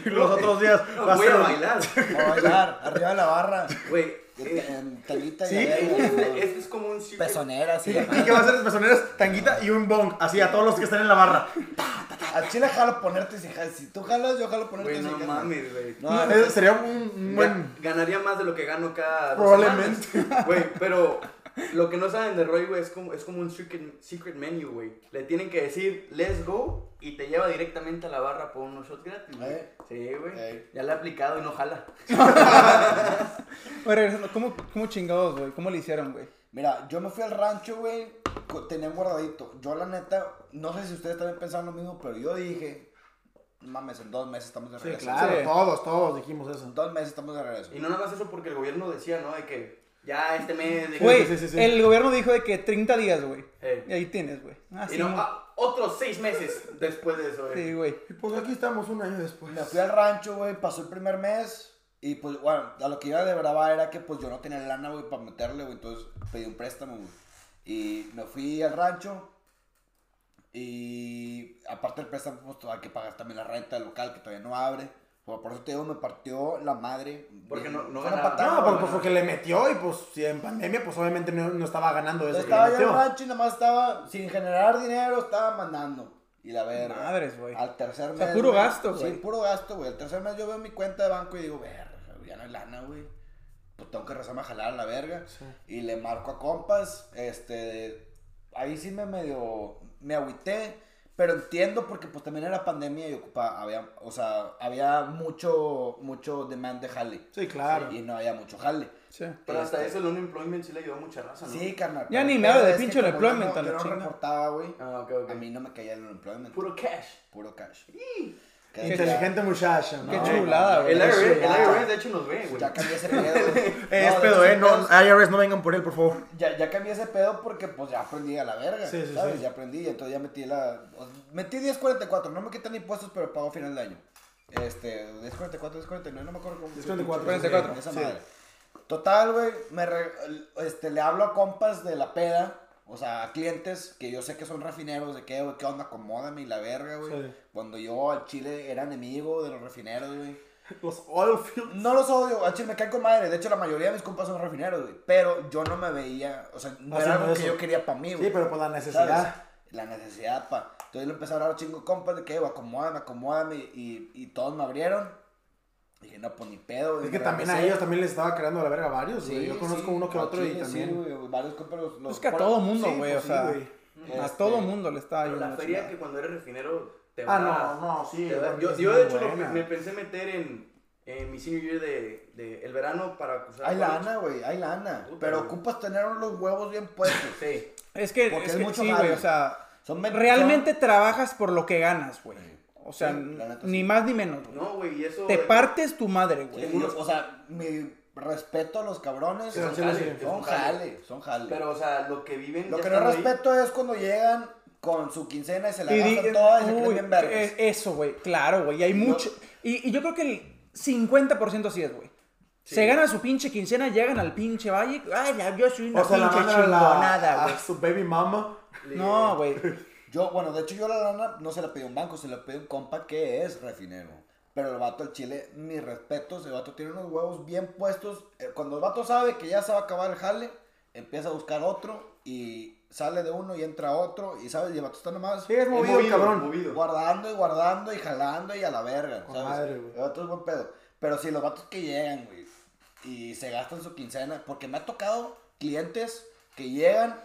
Speaker 1: Y los otros días
Speaker 2: No,
Speaker 1: va a
Speaker 2: voy
Speaker 1: ser.
Speaker 2: a bailar.
Speaker 3: A bailar, arriba de la barra,
Speaker 2: Güey, eh,
Speaker 3: en telita y
Speaker 1: ¿Sí?
Speaker 3: la verga,
Speaker 2: este,
Speaker 3: güey.
Speaker 2: este es como un... secret-
Speaker 3: pezoneras y la madre.
Speaker 1: Quique va a hacer las personeras, tanguita y un bong. Así a todos los que están en la barra.
Speaker 3: Al chile jalo ponerte si, ja- si tú jalas, yo jalo ponerte
Speaker 2: Güey,
Speaker 3: si
Speaker 2: no
Speaker 3: jalas.
Speaker 2: mames, güey.
Speaker 3: No, no,
Speaker 1: Eso sería un- un
Speaker 2: Ga-
Speaker 1: buen.
Speaker 2: Ganaría más de lo que gano cada. dos
Speaker 1: Probablemente.
Speaker 2: semanas. Güey, pero Lo que no saben de Roy, güey, es como, es como un secret, secret menu, güey. Le tienen que decir, let's go, y te lleva directamente a la barra por unos shots gratis. güey.
Speaker 3: Eh.
Speaker 2: Sí, güey.
Speaker 3: Eh.
Speaker 2: Ya la he aplicado y no jala.
Speaker 4: Oye, regresando, ¿cómo, cómo chingados, güey? ¿Cómo le hicieron, güey?
Speaker 3: Mira, yo me fui al rancho, güey. co- Tenía un guardadito. Yo, la neta, no sé si ustedes también pensaban lo mismo, pero yo dije, "No mames, en dos meses estamos de
Speaker 1: Sí,
Speaker 3: regreso.
Speaker 1: claro,
Speaker 4: Sí.
Speaker 1: todos, todos dijimos
Speaker 3: En
Speaker 1: eso.
Speaker 3: dos meses estamos de regreso.
Speaker 2: Y no nada más eso porque el gobierno decía, ¿no? De que ya este mes... de que-
Speaker 4: Güey,
Speaker 1: sí, sí, sí.
Speaker 4: el gobierno dijo de que 30 días, güey.
Speaker 2: Eh.
Speaker 4: Y ahí tienes, güey. Ah,
Speaker 2: Y
Speaker 4: sí,
Speaker 2: no,
Speaker 4: güey.
Speaker 2: ah, otros seis meses después de eso, güey.
Speaker 4: Sí, güey.
Speaker 1: Y pues aquí estamos un año después.
Speaker 3: Me fui al rancho, güey, pasó el primer mes. Y pues, bueno, a lo que iba de brava era que pues yo no tenía lana, güey, para meterle, güey. Entonces pedí un préstamo, güey. Y me fui al rancho. Y aparte del préstamo, pues todavía hay que pagar también la renta del local que todavía no abre. Por por eso te digo, me partió la madre.
Speaker 2: Porque
Speaker 3: Bien,
Speaker 2: no- no
Speaker 3: fue una
Speaker 2: ganaba.
Speaker 3: patada,
Speaker 1: No,
Speaker 3: güey.
Speaker 1: pues, pues porque le metió y pues si en pandemia, pues obviamente no, no estaba ganando
Speaker 4: Pues,
Speaker 1: eso. que le
Speaker 3: Estaba yo en el
Speaker 1: metió.
Speaker 3: rancho y nada más estaba, sin generar dinero, estaba mandando. Y la verga.
Speaker 4: Madres, güey.
Speaker 3: Al tercer
Speaker 4: O
Speaker 3: mes.
Speaker 4: sea, puro
Speaker 3: güey,
Speaker 4: gasto, güey.
Speaker 3: Sí, puro gasto, güey. Al tercer mes yo veo mi cuenta de banco y digo, verga, güey, ya no hay lana, güey. Pues tengo que rezarme a jalar a la verga. Y le marco a compas. Este. Ahí sí me medio. Me agüité. Pero entiendo porque pues también era pandemia y ocupaba, había, o sea, había mucho, mucho demand de jale.
Speaker 1: Sí, claro.
Speaker 3: Y no había mucho jale.
Speaker 4: Sí.
Speaker 2: Pero hasta
Speaker 3: Este-
Speaker 2: eso el unemployment sí le ayudó a mucha raza, ¿no?
Speaker 3: Sí, carnal.
Speaker 4: Ya
Speaker 3: pero
Speaker 4: ni
Speaker 3: el
Speaker 4: me hablo
Speaker 3: pedo
Speaker 4: de
Speaker 3: es que
Speaker 4: pinche
Speaker 3: como
Speaker 4: employment
Speaker 3: yo no-
Speaker 4: a la
Speaker 3: yo no
Speaker 4: chinga.
Speaker 3: reportaba, güey.
Speaker 2: Ah, ok, ok.
Speaker 3: A mí no me caía el unemployment. Puro,
Speaker 2: Puro cash.
Speaker 3: cash. Que
Speaker 1: Inteligente muchacho. ¿no?
Speaker 4: Qué
Speaker 3: No,
Speaker 4: chulada,
Speaker 2: El
Speaker 4: güey.
Speaker 2: IRS, el
Speaker 3: ya.
Speaker 2: IRS de hecho nos ve,
Speaker 3: Ya,
Speaker 2: güey.
Speaker 3: ya cambié ese pedo, güey. No,
Speaker 1: Eh, es
Speaker 3: de
Speaker 1: pedo,
Speaker 3: hecho,
Speaker 1: eh.
Speaker 3: ese
Speaker 1: No,
Speaker 3: pedo-
Speaker 1: IRS, no vengan por él, por favor.
Speaker 3: ya, ya cambié ese pedo porque pues ya aprendí a la verga.
Speaker 1: Sí, sí,
Speaker 3: ¿sabes?
Speaker 1: sí.
Speaker 3: Ya aprendí, entonces ya metí la. o- Metí 10.44, no me quitan impuestos, pero pago a final de año. Este, 10.44, 10.49, no me acuerdo cómo.
Speaker 1: 10.44,
Speaker 4: 44,
Speaker 3: Esa
Speaker 1: sí.
Speaker 3: madre. Total, güey, me re- este, le hablo a compas de la peda, o sea, a clientes que yo sé que son refineros, de qué, güey, qué onda, acomódame y la verga, güey.
Speaker 1: Sí.
Speaker 3: Cuando yo al Chile era enemigo de los refineros, güey.
Speaker 1: Los Oilfield.
Speaker 3: No los odio, al chile me caen con madre. De hecho, la mayoría de mis compas son refineros, güey. Pero yo no me veía, o sea, no
Speaker 1: Haciendo
Speaker 3: era algo que
Speaker 1: eso.
Speaker 3: yo quería para mí, güey.
Speaker 1: Sí, pero por la
Speaker 3: ¿sabes?
Speaker 1: necesidad.
Speaker 3: La necesidad, pa. Entonces le empecé a hablar a chingo de compas de que, güey, acomódame, acomódame. Y, y todos me abrieron. Dije, no, pues ni pedo, güey.
Speaker 1: Es que
Speaker 3: Me
Speaker 1: también a
Speaker 3: regresé.
Speaker 1: ellos también les estaba creando la verga a varios, güey.
Speaker 3: Sí,
Speaker 1: Yo conozco
Speaker 3: sí,
Speaker 1: uno que
Speaker 3: al
Speaker 1: otro y
Speaker 3: chile, sí,
Speaker 1: también.
Speaker 3: güey, varios compas los, los-
Speaker 4: Es que a
Speaker 3: por-
Speaker 4: todo mundo,
Speaker 1: Sí,
Speaker 4: güey,
Speaker 1: pues
Speaker 4: o
Speaker 1: sí,
Speaker 4: sea.
Speaker 1: güey.
Speaker 4: A
Speaker 3: Este,
Speaker 4: todo mundo le está
Speaker 2: Pero
Speaker 4: ayudando.
Speaker 2: la feria que cuando eres refinero te
Speaker 1: Ah,
Speaker 2: va-
Speaker 1: no, no, sí,
Speaker 2: te va-
Speaker 1: es
Speaker 2: Yo,
Speaker 1: muy
Speaker 2: yo de hecho lo-
Speaker 1: buena.
Speaker 2: me pensé meter en, en mi senior year de, de el verano para cruzar.
Speaker 3: Hay
Speaker 2: college.
Speaker 3: lana, güey, hay lana.
Speaker 2: Puta,
Speaker 3: pero
Speaker 2: güey.
Speaker 3: ocupas tener los huevos bien puestos.
Speaker 2: Sí.
Speaker 4: Es que,
Speaker 3: Porque
Speaker 4: es
Speaker 3: es
Speaker 4: que
Speaker 3: mucho
Speaker 4: sí,
Speaker 3: jale.
Speaker 4: güey, o sea,
Speaker 3: Son men-
Speaker 4: realmente trabajas por lo que ganas, güey. O sea,
Speaker 3: Sí, la neta
Speaker 4: ni
Speaker 3: sí.
Speaker 4: más ni menos, güey.
Speaker 2: No, güey, y eso.
Speaker 4: Te partes tu madre,
Speaker 3: Sí,
Speaker 4: güey.
Speaker 3: yo- o sea, mi respeto a los cabrones.
Speaker 1: Sí,
Speaker 3: son,
Speaker 1: sí,
Speaker 3: jale,
Speaker 1: sí.
Speaker 3: son jale, son jale.
Speaker 2: Pero, o sea, lo que viven.
Speaker 3: Lo
Speaker 2: ya
Speaker 3: que no
Speaker 2: estando ahí,
Speaker 3: respeto es cuando llegan con su quincena y se la
Speaker 4: Y di-
Speaker 3: gastan toda y se
Speaker 4: uy,
Speaker 3: creen bien vergas.
Speaker 4: eh, Eso, güey, claro, güey. y Hay mucho. Y, y yo creo que el 50% así es, güey. Se gana su pinche quincena, llegan al pinche valle. Ay, ya, yo soy una
Speaker 1: O sea, la
Speaker 4: pinche
Speaker 1: mandan a la- Ah.
Speaker 4: chingonada,
Speaker 1: a su baby mama.
Speaker 4: güey. No, güey.
Speaker 3: Yo, bueno, de hecho yo la lana no se la pedí a un banco, se la pedí a un compa que es refinero. Pero el vato al chile, mis respetos, el vato tiene unos huevos bien puestos. Eh, Cuando el vato sabe que ya se va a acabar el jale, empieza a buscar otro y sale de uno y entra otro y sabes, y el vato está nomás
Speaker 1: Sí, es movido,
Speaker 2: movido,
Speaker 1: cabrón.
Speaker 2: movido.
Speaker 3: guardando y guardando y jalando y a la verga,
Speaker 1: Con
Speaker 3: ¿sabes?
Speaker 1: madre, güey.
Speaker 3: El vato es buen pedo. Pero si los vatos que llegan, güey, y se gastan su quincena, porque me ha tocado clientes que llegan,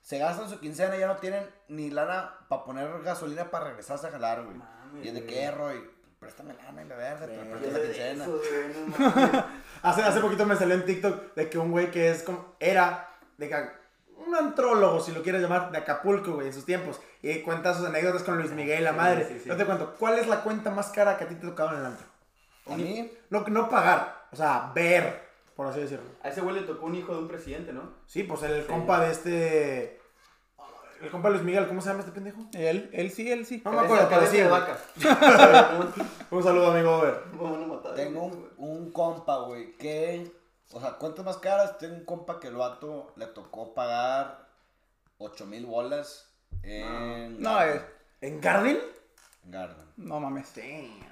Speaker 3: se gastan su quincena y ya no tienen ni lana para poner gasolina para regresarse a jalar, güey.
Speaker 2: Mames,
Speaker 3: Y es de
Speaker 2: güey.
Speaker 3: qué, Roy, préstame lana y la verga, te
Speaker 2: Yo
Speaker 3: presté la
Speaker 2: de
Speaker 3: quincena.
Speaker 2: eso, güey, no mames.
Speaker 1: Hace, hace poquito me salió en TikTok de que un güey que es como. Era. De que, un antrólogo, si lo quieres llamar, de Acapulco, güey, en sus tiempos. Y cuenta sus anécdotas con Luis Miguel, la madre.
Speaker 2: Ah, sí, sí.
Speaker 1: Yo te cuento, ¿cuál es la cuenta más cara que a ti te tocaba en el antro?
Speaker 3: A mí,
Speaker 1: No, no pagar, o sea, ver, por así decirlo.
Speaker 2: A ese güey le tocó un hijo de un presidente, ¿no?
Speaker 1: Sí, pues el compa de este. El compa Luis Miguel, ¿cómo se llama este pendejo?
Speaker 4: Él, él sí, él sí.
Speaker 1: No me acuerdo, pero
Speaker 2: Cabeza
Speaker 1: sí.
Speaker 2: de
Speaker 1: güey.
Speaker 2: vaca. Vamos
Speaker 1: Un saludo, amigo Over.
Speaker 2: a matar.
Speaker 3: tengo un, un compa, güey, que, o sea, cuentas más caras, tengo un compa que el vato le tocó pagar 8 mil bolas en...
Speaker 4: No, es.
Speaker 1: ¿En Garden?
Speaker 3: Garden.
Speaker 4: No mames.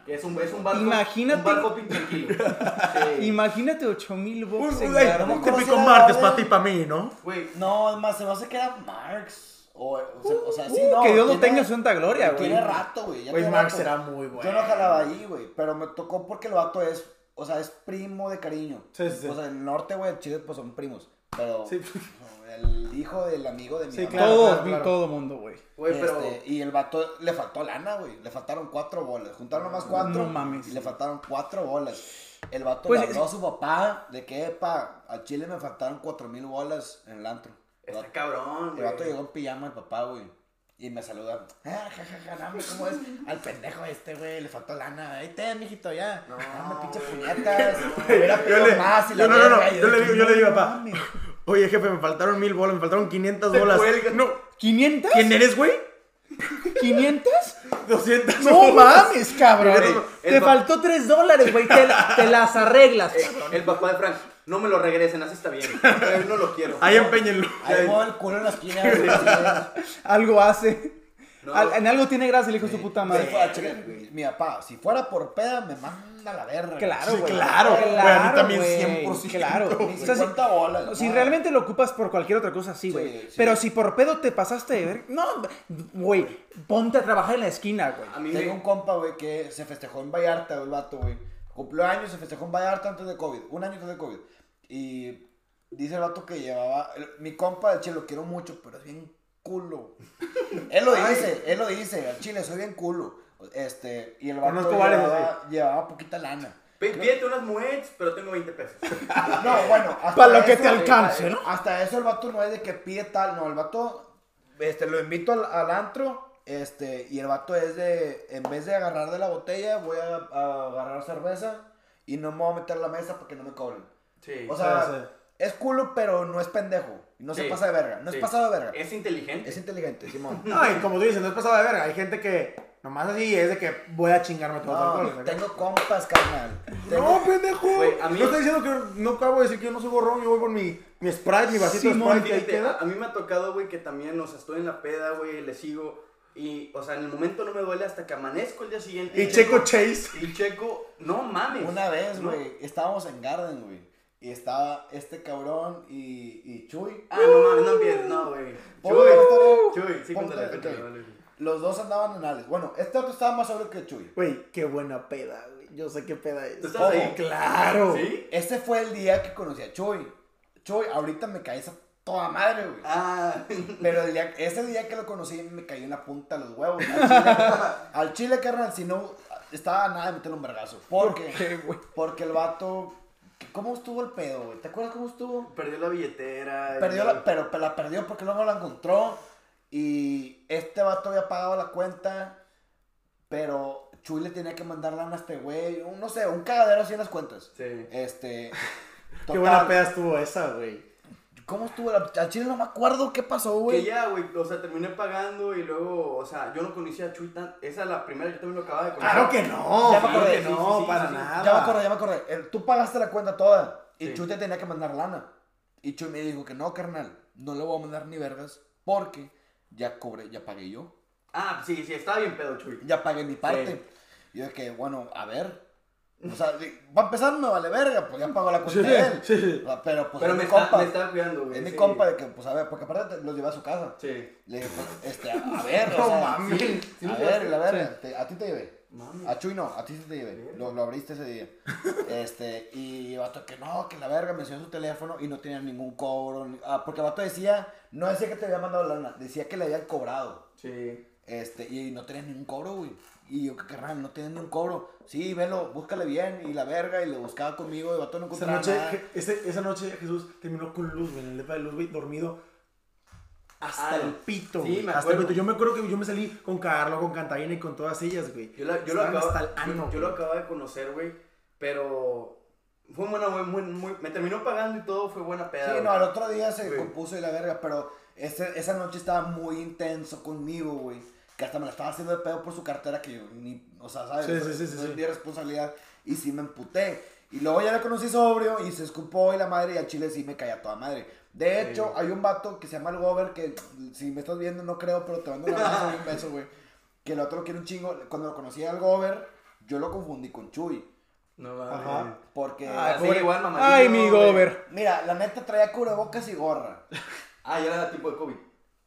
Speaker 2: Es un, es un barco.
Speaker 4: Imagínate.
Speaker 2: Un barco bien tranquilo. Sí.
Speaker 4: Imagínate 8000 bucks en
Speaker 1: Güey, este
Speaker 4: Garden.
Speaker 3: ¿cómo?
Speaker 1: típico
Speaker 3: Garden.
Speaker 1: martes para ti y para mí, ¿no?
Speaker 2: Güey,
Speaker 3: No, es más, se me hace que era Marx. O, o sea, o sea, sí,
Speaker 4: uh,
Speaker 3: no.
Speaker 4: que Dios lo tenga en su santa gloria,
Speaker 3: tiene
Speaker 4: güey.
Speaker 3: Tiene rato, güey. ya
Speaker 1: Güey,
Speaker 3: tiene
Speaker 1: Marx
Speaker 3: rato.
Speaker 1: era muy bueno.
Speaker 3: Yo no jalaba ahí, güey. Pero me tocó porque el vato es, o sea, es primo de cariño.
Speaker 1: Sí, sí, sí.
Speaker 3: O sea, en el norte, güey, en Chile, pues son primos. Pero.
Speaker 1: Sí.
Speaker 3: no, el hijo del amigo de mi
Speaker 1: Sí,
Speaker 3: mamá.
Speaker 1: claro,
Speaker 4: todo,
Speaker 1: claro, claro.
Speaker 4: todo mundo, güey.
Speaker 2: Güey, pero.
Speaker 3: Este, y el vato le faltó lana, güey. Le faltaron cuatro bolas. Juntaron nomás cuatro.
Speaker 4: No mames.
Speaker 3: Y le faltaron cuatro bolas. El vato
Speaker 4: Pues
Speaker 3: le
Speaker 4: es-
Speaker 3: habló a su papá de que, pa, al chile me faltaron cuatro mil bolas en el antro. El
Speaker 2: Está
Speaker 3: vato,
Speaker 2: cabrón,
Speaker 3: el
Speaker 2: güey.
Speaker 3: vato llegó en pijama el papá, güey. Y me saluda. Ah, ja, ja, ja, no, hombre, ¿cómo es? Al pendejo este, güey, le faltó lana. Ahí ten, mijito, ya. No, me pinche puñetas. Hubiera pedido
Speaker 1: Yo le,
Speaker 3: más y la
Speaker 1: yo, no, no, no,
Speaker 3: verga. Y
Speaker 1: yo le
Speaker 3: de
Speaker 1: digo,
Speaker 3: que,
Speaker 1: yo le digo,
Speaker 3: no
Speaker 1: papá.
Speaker 3: mames.
Speaker 1: Oye, jefe, me faltaron mil bolas, me faltaron 500
Speaker 2: Te
Speaker 1: bolas.
Speaker 2: cuelga.
Speaker 1: No,
Speaker 4: ¿500?
Speaker 1: ¿quién eres, güey?
Speaker 4: ¿500?
Speaker 1: 200
Speaker 4: No
Speaker 1: bolas.
Speaker 4: mames, cabrón.
Speaker 2: Güey, el
Speaker 4: Te
Speaker 2: ba-
Speaker 4: faltó 3 dólares, güey. Te, la- te las arreglas.
Speaker 2: Eh, el papá de Frank, no me lo regresen, así está bien. Yo no lo quiero.
Speaker 1: Ahí empeñenlo.
Speaker 3: Ahí mueve el culo en la esquina, güey.
Speaker 4: Algo hace.
Speaker 2: No.
Speaker 4: Al- en algo tiene gracia el hijo de su puta
Speaker 3: Si
Speaker 4: madre.
Speaker 3: fuera- checa, mi papá, si fuera por peda, me manda a la verga.
Speaker 4: Claro,
Speaker 1: Sí,
Speaker 4: güey.
Speaker 1: claro, güey, a mí también
Speaker 4: güey,
Speaker 1: 100%,
Speaker 4: Claro.
Speaker 1: güey.
Speaker 4: O
Speaker 3: Ni
Speaker 4: sea, si,
Speaker 3: 50 bolas.
Speaker 4: si
Speaker 3: nada.
Speaker 4: realmente lo ocupas por cualquier otra cosa, sí, güey.
Speaker 3: sí.
Speaker 4: Pero si por pedo te pasaste de ver. No, güey. Ponte a trabajar en la esquina, güey.
Speaker 2: A mí me-
Speaker 3: Tengo un compa, güey, que se festejó en Vallarta, güey, el vato, güey. Cumplió años, se festejó en Vallarta antes de COVID. Un año antes de COVID. Y dice el vato que llevaba... el- mi compa, el chile, lo quiero mucho, pero es bien culo. él lo dice, él lo dice. Al chile, soy bien culo. Este, y el vato
Speaker 1: Conozco varios
Speaker 3: llevaba, llevaba poquita lana.
Speaker 2: Pe- Pídete unas muets, pero tengo 20 pesos.
Speaker 3: No, bueno, hasta
Speaker 4: Para lo que te
Speaker 3: güey,
Speaker 4: alcance,
Speaker 3: hasta- Hasta eso el vato no es de que pide tal, no, el vato, este, lo invito al, al antro, este, y el vato es de, en vez de agarrar de la botella, voy a, a agarrar cerveza y no me voy a meter a la mesa porque no me cobren.
Speaker 2: Sí.
Speaker 3: O sea,
Speaker 1: sí, sí.
Speaker 3: es culo, pero no es pendejo, no se
Speaker 2: Sí.
Speaker 3: pasa de verga, no
Speaker 2: Sí.
Speaker 3: es pasado de verga, es,
Speaker 2: Es inteligente.
Speaker 3: inteligente, Simón.
Speaker 1: No, y como tú dices, no es pasado de verga. Hay gente que nomás así es de que voy a chingarme todo el alcohol,
Speaker 3: No,
Speaker 1: ¿verdad?
Speaker 3: tengo compas, carnal. Tengo-
Speaker 1: No, pendejo.
Speaker 2: Güey, a mí-
Speaker 1: No estoy diciendo que no acabo de decir que yo no soy gorrón, yo voy con mi, mi Sprite, mi vasito de
Speaker 4: Simón,
Speaker 1: Sprite que ahí
Speaker 2: Fíjate, a,
Speaker 1: queda.
Speaker 2: a mí me ha tocado, güey, que también, o sea, estoy en la peda, güey, le sigo. Y, o sea, en el momento no me duele hasta que amanezco el día siguiente.
Speaker 1: Y Checo Chase.
Speaker 2: Y Checo, no mames.
Speaker 3: Una vez,
Speaker 2: No.
Speaker 3: güey, estábamos en Garden, güey. Y estaba este cabrón y, y Chuy.
Speaker 2: Ah, no mames, no empieces, no, güey.
Speaker 3: Pongo la historia.
Speaker 2: Chuy, Chuy, sí,
Speaker 3: Pongo
Speaker 2: cuéntale,
Speaker 3: la
Speaker 2: cuéntale.
Speaker 3: historia.
Speaker 2: dale.
Speaker 3: Los dos andaban en Ales. Bueno, este otro estaba más sobrio que Chuy.
Speaker 1: Güey, qué buena peda, güey. Yo sé qué peda es.
Speaker 2: ¿Tú estás ahí?
Speaker 1: Claro.
Speaker 2: ¿Sí?
Speaker 3: Este fue el día que conocí a Chuy. Chuy, ahorita me caes a toda madre, güey.
Speaker 2: Ah,
Speaker 3: Pero el día, ese día que lo conocí me cayó en la punta de los huevos. Al chile, al chile, carnal, si no, estaba a nada de meterle un vergazo. ¿Por qué? Porque el vato... ¿Cómo estuvo el pedo, güey? ¿Te acuerdas cómo estuvo?
Speaker 2: perdió la billetera. y-
Speaker 3: Perdió la- pero, pero la perdió porque luego la encontró. Y este vato había pagado la cuenta. Pero Chuy le tenía que mandar lana a este güey. un- no sé, un cagadero así en las cuentas.
Speaker 2: Sí.
Speaker 3: Este.
Speaker 1: Qué
Speaker 3: total,
Speaker 1: buena peda estuvo esa, güey.
Speaker 3: ¿Cómo estuvo? la- Al chile no me acuerdo qué pasó,
Speaker 2: Que
Speaker 3: güey.
Speaker 2: ya, güey, o sea, terminé pagando y luego, o sea, yo no conocía a Chuy tan... Esa es la primera, yo también lo acababa de conocer.
Speaker 1: Claro que no.
Speaker 3: Ya me
Speaker 1: Claro
Speaker 3: acordé,
Speaker 1: que
Speaker 2: sí,
Speaker 1: no,
Speaker 2: sí, sí,
Speaker 1: para
Speaker 2: sí, sí.
Speaker 1: nada.
Speaker 3: Ya me acordé, ya me acordé. El- tú pagaste la cuenta toda. Y
Speaker 2: Sí.
Speaker 3: Chuy te tenía que mandar lana. Y Chuy me dijo que no, carnal. No le voy a mandar ni vergas. Porque ya cobré, ya pagué yo.
Speaker 2: Ah, sí, sí, estaba bien pedo, Chuy.
Speaker 3: ya pagué mi parte. Y Yo de que, bueno, a ver. O sea, para empezar me vale verga, pues ya pago la cuenta
Speaker 1: Sí,
Speaker 3: de él.
Speaker 1: sí, sí.
Speaker 3: O sea, Pero pues
Speaker 2: Pero
Speaker 3: es
Speaker 2: me,
Speaker 3: mi
Speaker 2: está-
Speaker 3: compa.
Speaker 2: me estaba cuidando, güey.
Speaker 3: es mi
Speaker 2: sí.
Speaker 3: compa de que, pues a ver, porque aparte te- los llevé a su casa.
Speaker 2: Sí.
Speaker 3: Le dije, pues, este, a a ver,
Speaker 1: No
Speaker 3: o sea,
Speaker 1: mames.
Speaker 3: sí,
Speaker 2: Sí,
Speaker 3: a
Speaker 2: me
Speaker 3: ver,
Speaker 2: llevaste.
Speaker 3: la verga, te- a ti te llevé.
Speaker 2: Mames.
Speaker 3: A Chuy no, a ti sí te llevé. Lo, lo abriste ese día. Este, y el vato que no, que la verga, me enseñó su teléfono y no tenía ningún cobro. ni- ah, porque el vato decía, no decía que te había mandado lana, decía que le habían cobrado.
Speaker 2: Sí.
Speaker 3: Este, y no tenías ningún cobro, güey. Y yo, que carnal, no tienes ningún cobro. Sí, velo, búscale bien. Y la verga, y le buscaba conmigo, y el vato no
Speaker 1: Esa
Speaker 3: encontraba
Speaker 1: noche,
Speaker 3: nada.
Speaker 1: Je- ese- esa noche Jesús terminó con luz, güey, en el depa de luz, güey, dormido hasta
Speaker 2: Ah,
Speaker 1: el pito,
Speaker 2: sí,
Speaker 1: güey.
Speaker 2: me
Speaker 1: hasta el
Speaker 2: acuerdo.
Speaker 1: pito. Yo me acuerdo que yo me salí con Carlo, con Cantarina y con todas ellas, güey.
Speaker 2: Yo, la- yo lo
Speaker 1: Estaban
Speaker 2: acababa,
Speaker 1: hasta el
Speaker 2: yo-
Speaker 1: ano,
Speaker 2: yo lo
Speaker 1: güey.
Speaker 2: acababa de conocer, güey, pero... Fue buena, güey, muy, muy... Me terminó pagando y todo, fue buena peda.
Speaker 3: Sí,
Speaker 2: güey.
Speaker 3: no, al otro día se
Speaker 2: Güey.
Speaker 3: compuso y la verga, pero ese- esa noche estaba muy intenso conmigo, güey. Que hasta me la estaba haciendo de pedo por su cartera que yo ni, o sea, ¿sabes?
Speaker 1: Sí, sí, sí, sí,
Speaker 3: No
Speaker 1: sí.
Speaker 3: tenía responsabilidad y sí me emputé. Y luego ya la conocí sobrio y se escupó y la madre y al chile sí me caía toda madre. De hecho, hay un vato que se llama el Gober que si me estás viendo no creo, pero te mando un abrazo y un beso, güey. Que el otro lo quiere un chingo. Cuando lo conocí al Gober, yo lo confundí con Chuy.
Speaker 2: No, mames.
Speaker 1: Ajá.
Speaker 3: Porque...
Speaker 2: Ah, sí, igual, mamadillo,
Speaker 4: Ay, mi
Speaker 2: güey.
Speaker 4: gober.
Speaker 3: Mira, la neta traía cubrebocas y gorra.
Speaker 2: Ah, ya era tipo de COVID.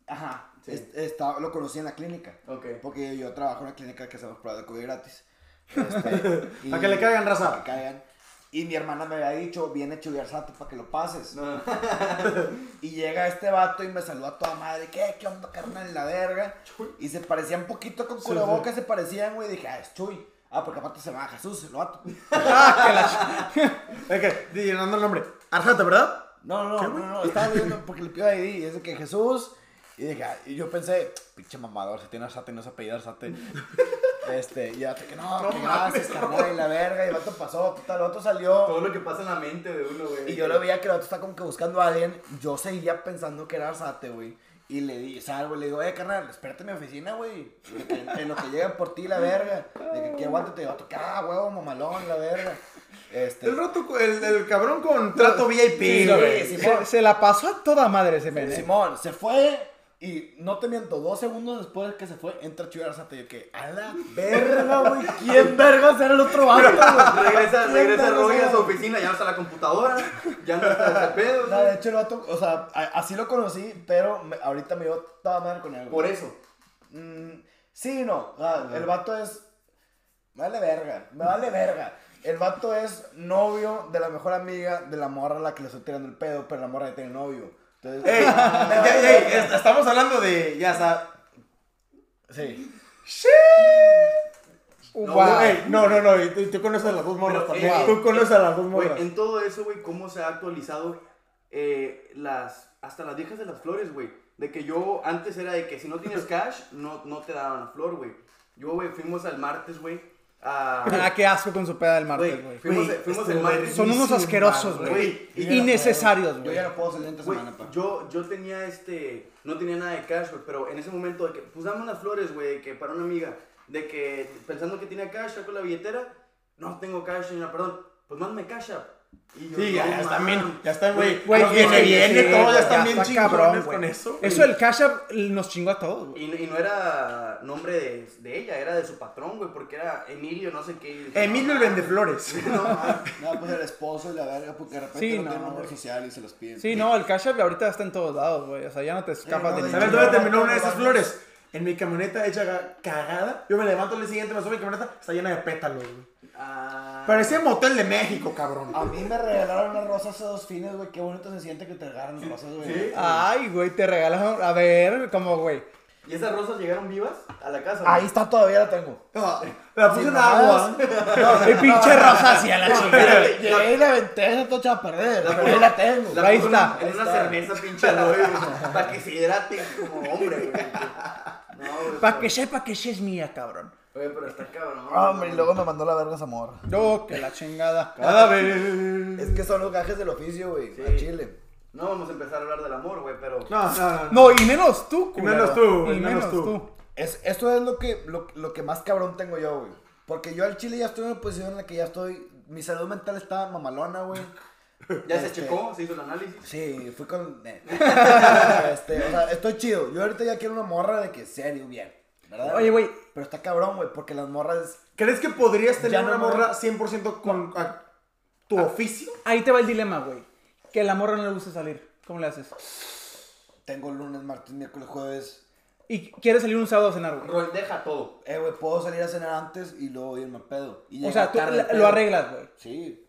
Speaker 3: Ajá.
Speaker 2: Sí.
Speaker 3: Es- está- lo conocí en la clínica.
Speaker 2: Ok.
Speaker 3: Porque yo trabajo en una clínica que hacemos pruebas de COVID gratis. Este, y-
Speaker 1: Para que le caigan raza.
Speaker 3: Para que caigan. Y mi hermana me había dicho, viene Chuviar Santo para que lo pases.
Speaker 2: No.
Speaker 3: Y llega este vato y me saluda a toda madre. ¿Qué? ¿Qué onda, carnal? La verga. Y se parecían un poquito con cubrebocas, se parecían, güey. Y dije, ah, es Chuy. Ah, porque aparte se llama Jesús, el vato.
Speaker 1: Es Ah, que, di- dando el nombre. Arzate, ¿verdad?
Speaker 3: No, no, no, no, no, estaba leyendo porque le pido ID y es de que Jesús. Y, dije, ah, y yo pensé, pinche mamador, si tiene Arzate, no se apellida Arzate. Este, y ya, que no,
Speaker 1: No
Speaker 3: que
Speaker 1: mames,
Speaker 3: gracias, carnal, y la verga. Y el vato pasó, total, el vato salió.
Speaker 2: Todo lo que pasa en la mente de uno, güey.
Speaker 3: Y yo lo veía que el vato está como que buscando a alguien. Yo seguía pensando que era Arzate, güey. Y le di, salgo, y le digo, eh, carnal, espérate en mi oficina, güey. de que- En lo que llegan por ti, la verga. De que aquí aguántate, y el vato, ah, huevo, mamalón, la verga. Este.
Speaker 1: El roto, cu- el, el cabrón con trato VIP,
Speaker 3: Sí,
Speaker 1: güey.
Speaker 3: sí,
Speaker 4: Se, se la pasó a toda madre ese men. eh.
Speaker 3: Simón se fue y no te miento, dos segundos después de que se fue, entra Chuy Arzate y yo que, a la verga, güey, ¿quién verga será el otro vato, güey?
Speaker 2: Regresa,
Speaker 3: ¿Quién
Speaker 2: regresa
Speaker 3: verga
Speaker 2: Roy a
Speaker 3: será?
Speaker 2: su oficina, ya no está la computadora, ya no está ese pedo.
Speaker 3: No, de
Speaker 2: güey.
Speaker 3: hecho el vato, o sea, a- así lo conocí, pero me- ahorita me dio toda madre con él. güey.
Speaker 2: Por eso.
Speaker 3: Mm, sí, no, o sea, el vato es, me vale verga, me vale verga. El vato es novio de la mejor amiga de la morra a la que le estoy tirando el pedo, pero la morra ya tiene novio. Entonces,
Speaker 1: Ey, ya- ya- ey, est- estamos hablando de, ya sabes.
Speaker 3: sí.
Speaker 4: Wow.
Speaker 1: Ah. Ey, no, no, no, y tú, y tú conoces a las dos morras
Speaker 2: Pero,
Speaker 1: también.
Speaker 2: eh,
Speaker 1: tú conoces a las dos
Speaker 2: Güey,
Speaker 1: morras.
Speaker 2: en todo eso, güey, cómo se ha actualizado eh, las, hasta las viejas de las flores, güey. De que yo antes era de que si no tienes cash, no, no te daban la flor, güey. Yo, güey, fuimos al martes, güey.
Speaker 4: Ah,
Speaker 2: A,
Speaker 4: qué asco con su peda del martes,
Speaker 2: güey, este,
Speaker 4: güey.
Speaker 2: fuimos,
Speaker 1: Güey,
Speaker 2: fuimos
Speaker 1: estuvo
Speaker 2: el martes.
Speaker 4: Son unos asquerosos,
Speaker 2: güey.
Speaker 4: güey.
Speaker 3: Yo ya no
Speaker 4: Innecesarios,
Speaker 3: puedo-
Speaker 4: güey.
Speaker 3: Yo ya no puedo salir entre
Speaker 2: Güey,
Speaker 3: semana, pa.
Speaker 2: yo, yo tenía este. No tenía nada de cash, güey, pero en ese momento, de que, pues dame unas flores, güey, de que para una amiga. De que pensando que tenía cash, saco la billetera. No tengo cash, señora, perdón. Pues mándame cash app. Y yo,
Speaker 1: Sí, ya,
Speaker 2: no,
Speaker 1: ya están
Speaker 2: man.
Speaker 1: bien, ya están, güey.
Speaker 4: Güey,
Speaker 1: Los viene,
Speaker 4: sí,
Speaker 1: viene,
Speaker 4: sí,
Speaker 1: todo,
Speaker 4: güey,
Speaker 1: ya están bien
Speaker 4: está
Speaker 1: chingones
Speaker 4: cabrón, güey.
Speaker 1: con eso.
Speaker 4: Eso del Cash App eh, nos chingó a todos, güey.
Speaker 2: Y, no- y no era nombre de, de ella, era de su patrón, güey, porque era Emilio, no sé qué.
Speaker 1: Emilio el vende flores.
Speaker 3: No, pues el esposo y la verga, porque de repente
Speaker 4: Sí,
Speaker 3: no,
Speaker 4: no,
Speaker 3: tiene nombre
Speaker 4: güey.
Speaker 3: oficial y se los piden.
Speaker 4: Sí, no, el Cash App ahorita está en todos lados, güey. O sea, ya no te escapas
Speaker 3: no,
Speaker 4: de
Speaker 3: de
Speaker 1: ¿Sabes
Speaker 4: nada.
Speaker 3: hecho-
Speaker 1: dónde terminó una Eh, de esas flores? En mi camioneta hecha ga- cagada. Yo me levanto el siguiente, me subo a mi camioneta, está llena de pétalos, güey.
Speaker 2: Ah,
Speaker 1: Parecía motel de México, cabrón.
Speaker 3: A mí me regalaron una rosa hace dos fines, güey. Qué bonito se siente que te regalan rosas, güey.
Speaker 2: ¿Sí?
Speaker 4: Ay, güey, te regalas. A ver, como, güey.
Speaker 2: ¿Y esas rosas llegaron vivas a la casa?
Speaker 3: Ahí está, todavía la tengo.
Speaker 1: Ah, La puse
Speaker 3: Sin
Speaker 1: en
Speaker 3: mamadas.
Speaker 1: agua.
Speaker 4: El pinche rosácea, la chingada.
Speaker 3: Llegué y la aventé, esa tocha a perder. pero ahí la tengo.
Speaker 2: La
Speaker 4: Ahí
Speaker 2: puso
Speaker 4: está,
Speaker 2: En,
Speaker 3: ahí
Speaker 2: en una
Speaker 3: está.
Speaker 2: cerveza, pinche Roy, güey, para que se hidrate como hombre, güey. No, güey.
Speaker 4: Para que sepa que sí es mía, cabrón.
Speaker 2: Oye, pero está cabrón.
Speaker 3: Ah, Hombre, y luego me mandó la verga esa morra.
Speaker 4: No, que la chingada.
Speaker 1: Cada vez.
Speaker 3: Es que son los gajes del oficio, güey.
Speaker 2: Sí.
Speaker 3: A Chile.
Speaker 2: No vamos a empezar a hablar del amor, güey, pero.
Speaker 1: No, no, no.
Speaker 4: No, y menos tú,
Speaker 1: Y
Speaker 4: culero.
Speaker 1: menos tú,
Speaker 4: Y menos tú.
Speaker 3: Es, esto es lo que, lo, lo que más cabrón tengo yo, güey. Porque yo al Chile ya estoy en una posición en la que ya estoy. Mi salud mental está mamalona, güey.
Speaker 2: Ya se
Speaker 3: Este-
Speaker 2: checó, se hizo el análisis.
Speaker 3: Sí, fui con. eh. Este, o sea, estoy chido. Yo ahorita ya quiero una morra de que serio, bien. ¿Verdad?
Speaker 4: Oye, güey.
Speaker 3: Pero está cabrón, güey, porque las morras.
Speaker 1: ¿Crees que podrías tener
Speaker 3: Ya no
Speaker 1: una
Speaker 3: me-
Speaker 1: morra 100% con a-
Speaker 4: Ah.
Speaker 1: tu oficio?
Speaker 4: Ahí te va el dilema, güey. Que la morra no le gusta salir. ¿Cómo le haces?
Speaker 3: Tengo lunes, martes, miércoles, jueves.
Speaker 4: Y quiere salir un sábado a cenar, güey.
Speaker 2: Roy, deja todo.
Speaker 3: Eh, güey, puedo salir a cenar antes y luego irme a pedo. Y
Speaker 4: O
Speaker 3: llegar
Speaker 4: sea, tú
Speaker 3: tarde al
Speaker 4: la-
Speaker 3: pedo.
Speaker 4: lo arreglas, güey.
Speaker 3: Sí.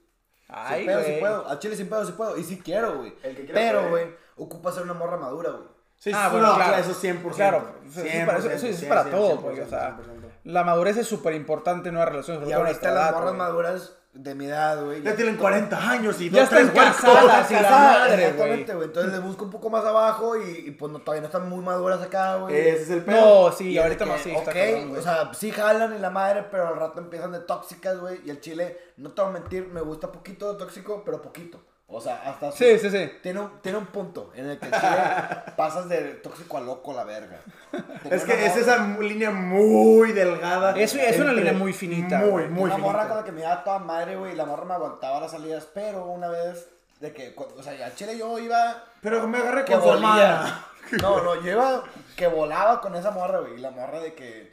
Speaker 4: Ay,
Speaker 3: sin pedo,
Speaker 4: güey.
Speaker 3: sí puedo. A Chile sin pedo, sí puedo. Y sí quiero, güey.
Speaker 2: El que quiera
Speaker 3: Pero,
Speaker 2: puede.
Speaker 3: güey, ocupa ser una morra madura, güey.
Speaker 1: Sí,
Speaker 4: Ah,
Speaker 1: sí,
Speaker 4: bueno,
Speaker 1: no,
Speaker 4: claro.
Speaker 1: Eso 100%.
Speaker 4: Claro, eso, es para, eso, eso es para todo, güey. O sea, la madurez es súper importante en una relación. sobre
Speaker 3: Y
Speaker 4: todo en
Speaker 3: ahorita
Speaker 4: nuestra
Speaker 3: las
Speaker 4: edad,
Speaker 3: morras
Speaker 4: güey.
Speaker 3: maduras de mi edad, güey.
Speaker 1: Ya tienen 40 años y
Speaker 4: Ya
Speaker 1: dos,
Speaker 4: están
Speaker 1: tres huercos.
Speaker 4: casadas y la
Speaker 3: Casadas,
Speaker 4: madre, güey.
Speaker 3: Exactamente, güey. Entonces les busco un poco más abajo y, y, pues no, todavía no están muy maduras acá, güey.
Speaker 1: Ese es el pedo.
Speaker 4: No, sí,
Speaker 3: Y
Speaker 4: ahorita
Speaker 3: de que,
Speaker 4: más sí. está
Speaker 3: ok,
Speaker 4: este cabrón, güey.
Speaker 3: o sea, sí jalan y la madre, pero al rato empiezan de tóxicas, güey. Y el chile, no te voy a mentir, me gusta poquito de tóxico, pero poquito. O sea, hasta.
Speaker 4: sí, sí, sí.
Speaker 3: Tiene un, tiene un punto en el que el chile pasas de tóxico a loco a la verga.
Speaker 1: Es que es esa mu- línea muy delgada.
Speaker 4: Es- es una
Speaker 1: entre-
Speaker 4: línea muy finita,
Speaker 1: Muy,
Speaker 4: güey.
Speaker 1: muy
Speaker 3: Una morra con
Speaker 1: finita.
Speaker 3: la que me daba toda madre, güey. y La morra me aguantaba las salidas, pero una vez, de que, cu- o sea, al chile yo iba.
Speaker 1: Pero me agarré
Speaker 3: que
Speaker 1: con su
Speaker 3: volía.
Speaker 1: hermana.
Speaker 3: No, no, yo iba que volaba con esa morra, güey. Y la morra de que.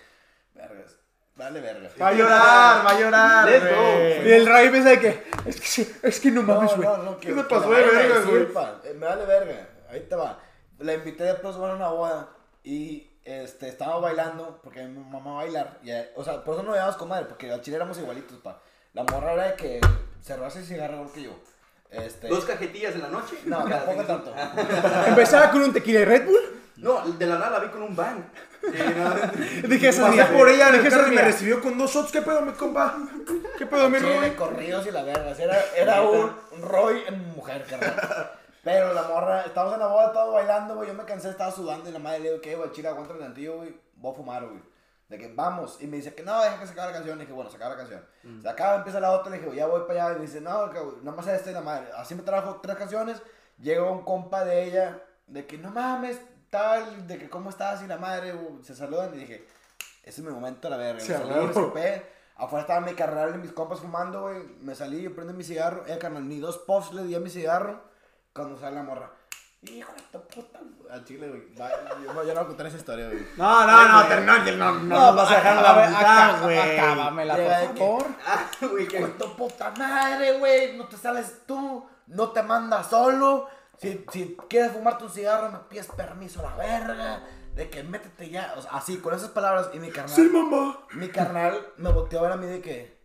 Speaker 3: Vergas. Dale, verga.
Speaker 1: Va a llorar, va a llorar.
Speaker 2: Let's go.
Speaker 1: güey.
Speaker 4: Y el Ray piensa de que. Es que, sí, es que no mames, güey.
Speaker 1: ¿Qué se pasó de
Speaker 3: la vayan a
Speaker 1: verga,
Speaker 3: decir,
Speaker 1: güey?
Speaker 3: pa. Eh, Me vale verga. Ahí te va. La invité después bueno, a una boda y este, estaba bailando porque mi mamá va a bailar. y, eh, o sea, por eso no llevamos con madre, porque al chile éramos igualitos, pa. La morra era de que cerrarse el cigarro igual que yo. Este.
Speaker 2: ¿Dos cajetillas en la noche?
Speaker 3: No,
Speaker 2: Cada
Speaker 3: tampoco
Speaker 2: fin-
Speaker 3: tanto.
Speaker 4: Empezaba con un tequila de Red Bull.
Speaker 2: No, de la nada la vi con un van. Eh, no.
Speaker 4: Dije esa
Speaker 1: Pasé
Speaker 4: día.
Speaker 1: por ella en el
Speaker 4: Dije
Speaker 1: carro
Speaker 4: esa
Speaker 1: y me
Speaker 4: día.
Speaker 1: recibió con dos shots. ¿Qué pedo, mi compa? ¿Qué pedo, mi
Speaker 3: Sí,
Speaker 1: Roy?
Speaker 3: de corridos y la verga. Era, era un un Roy en mujer, carnal. Pero la morra, estábamos en la boda, todos bailando, güey. Yo me cansé, estaba sudando y la madre le digo, ¿qué, güey? Chile, aguanta el tantillo, güey. Voy a fumar, güey. De que vamos. Y me dice que no, deja que se acabe la canción. Le dije, bueno, se acaba la canción.
Speaker 1: Mm.
Speaker 3: Se acaba, empieza la otra. Le dije, ya voy para allá. Y me dice, no, que, güey, nomás esta y la madre. Así me trajo tres canciones. Llegó un compa de ella, de que no mames, tal, de que cómo estás y la madre, güey. Se saludan y dije, ese es mi momento, la verga.
Speaker 1: Sí,
Speaker 3: Me salí,
Speaker 1: claro.
Speaker 3: me escapé. Afuera estaba mi carnal y mis compas fumando, güey. Me salí, yo prendí mi cigarro. Eh, carnal, ni dos puffs le di a mi cigarro. Cuando sale la morra. Hijo de tu puta. güey. Al chile, güey. Va, Yo, yo no voy a contar esa historia, güey.
Speaker 1: No, no, no, terminó. No, no, no vas a dejar
Speaker 4: Acá-
Speaker 1: la
Speaker 4: acá-
Speaker 1: mitad, güey.
Speaker 4: Acábamela,
Speaker 3: Llega de
Speaker 4: por
Speaker 3: que-
Speaker 4: favor.
Speaker 2: Ah, güey, qué-
Speaker 3: Hijo de tu puta madre, güey. No te sales tú. No te mandas solo. Si, si quieres fumarte un cigarro, me pides permiso a la verga. De que métete ya. O sea, así, con esas palabras. Y mi carnal.
Speaker 1: Sí, mamá.
Speaker 3: Mi carnal me volteó a ver a mí de que.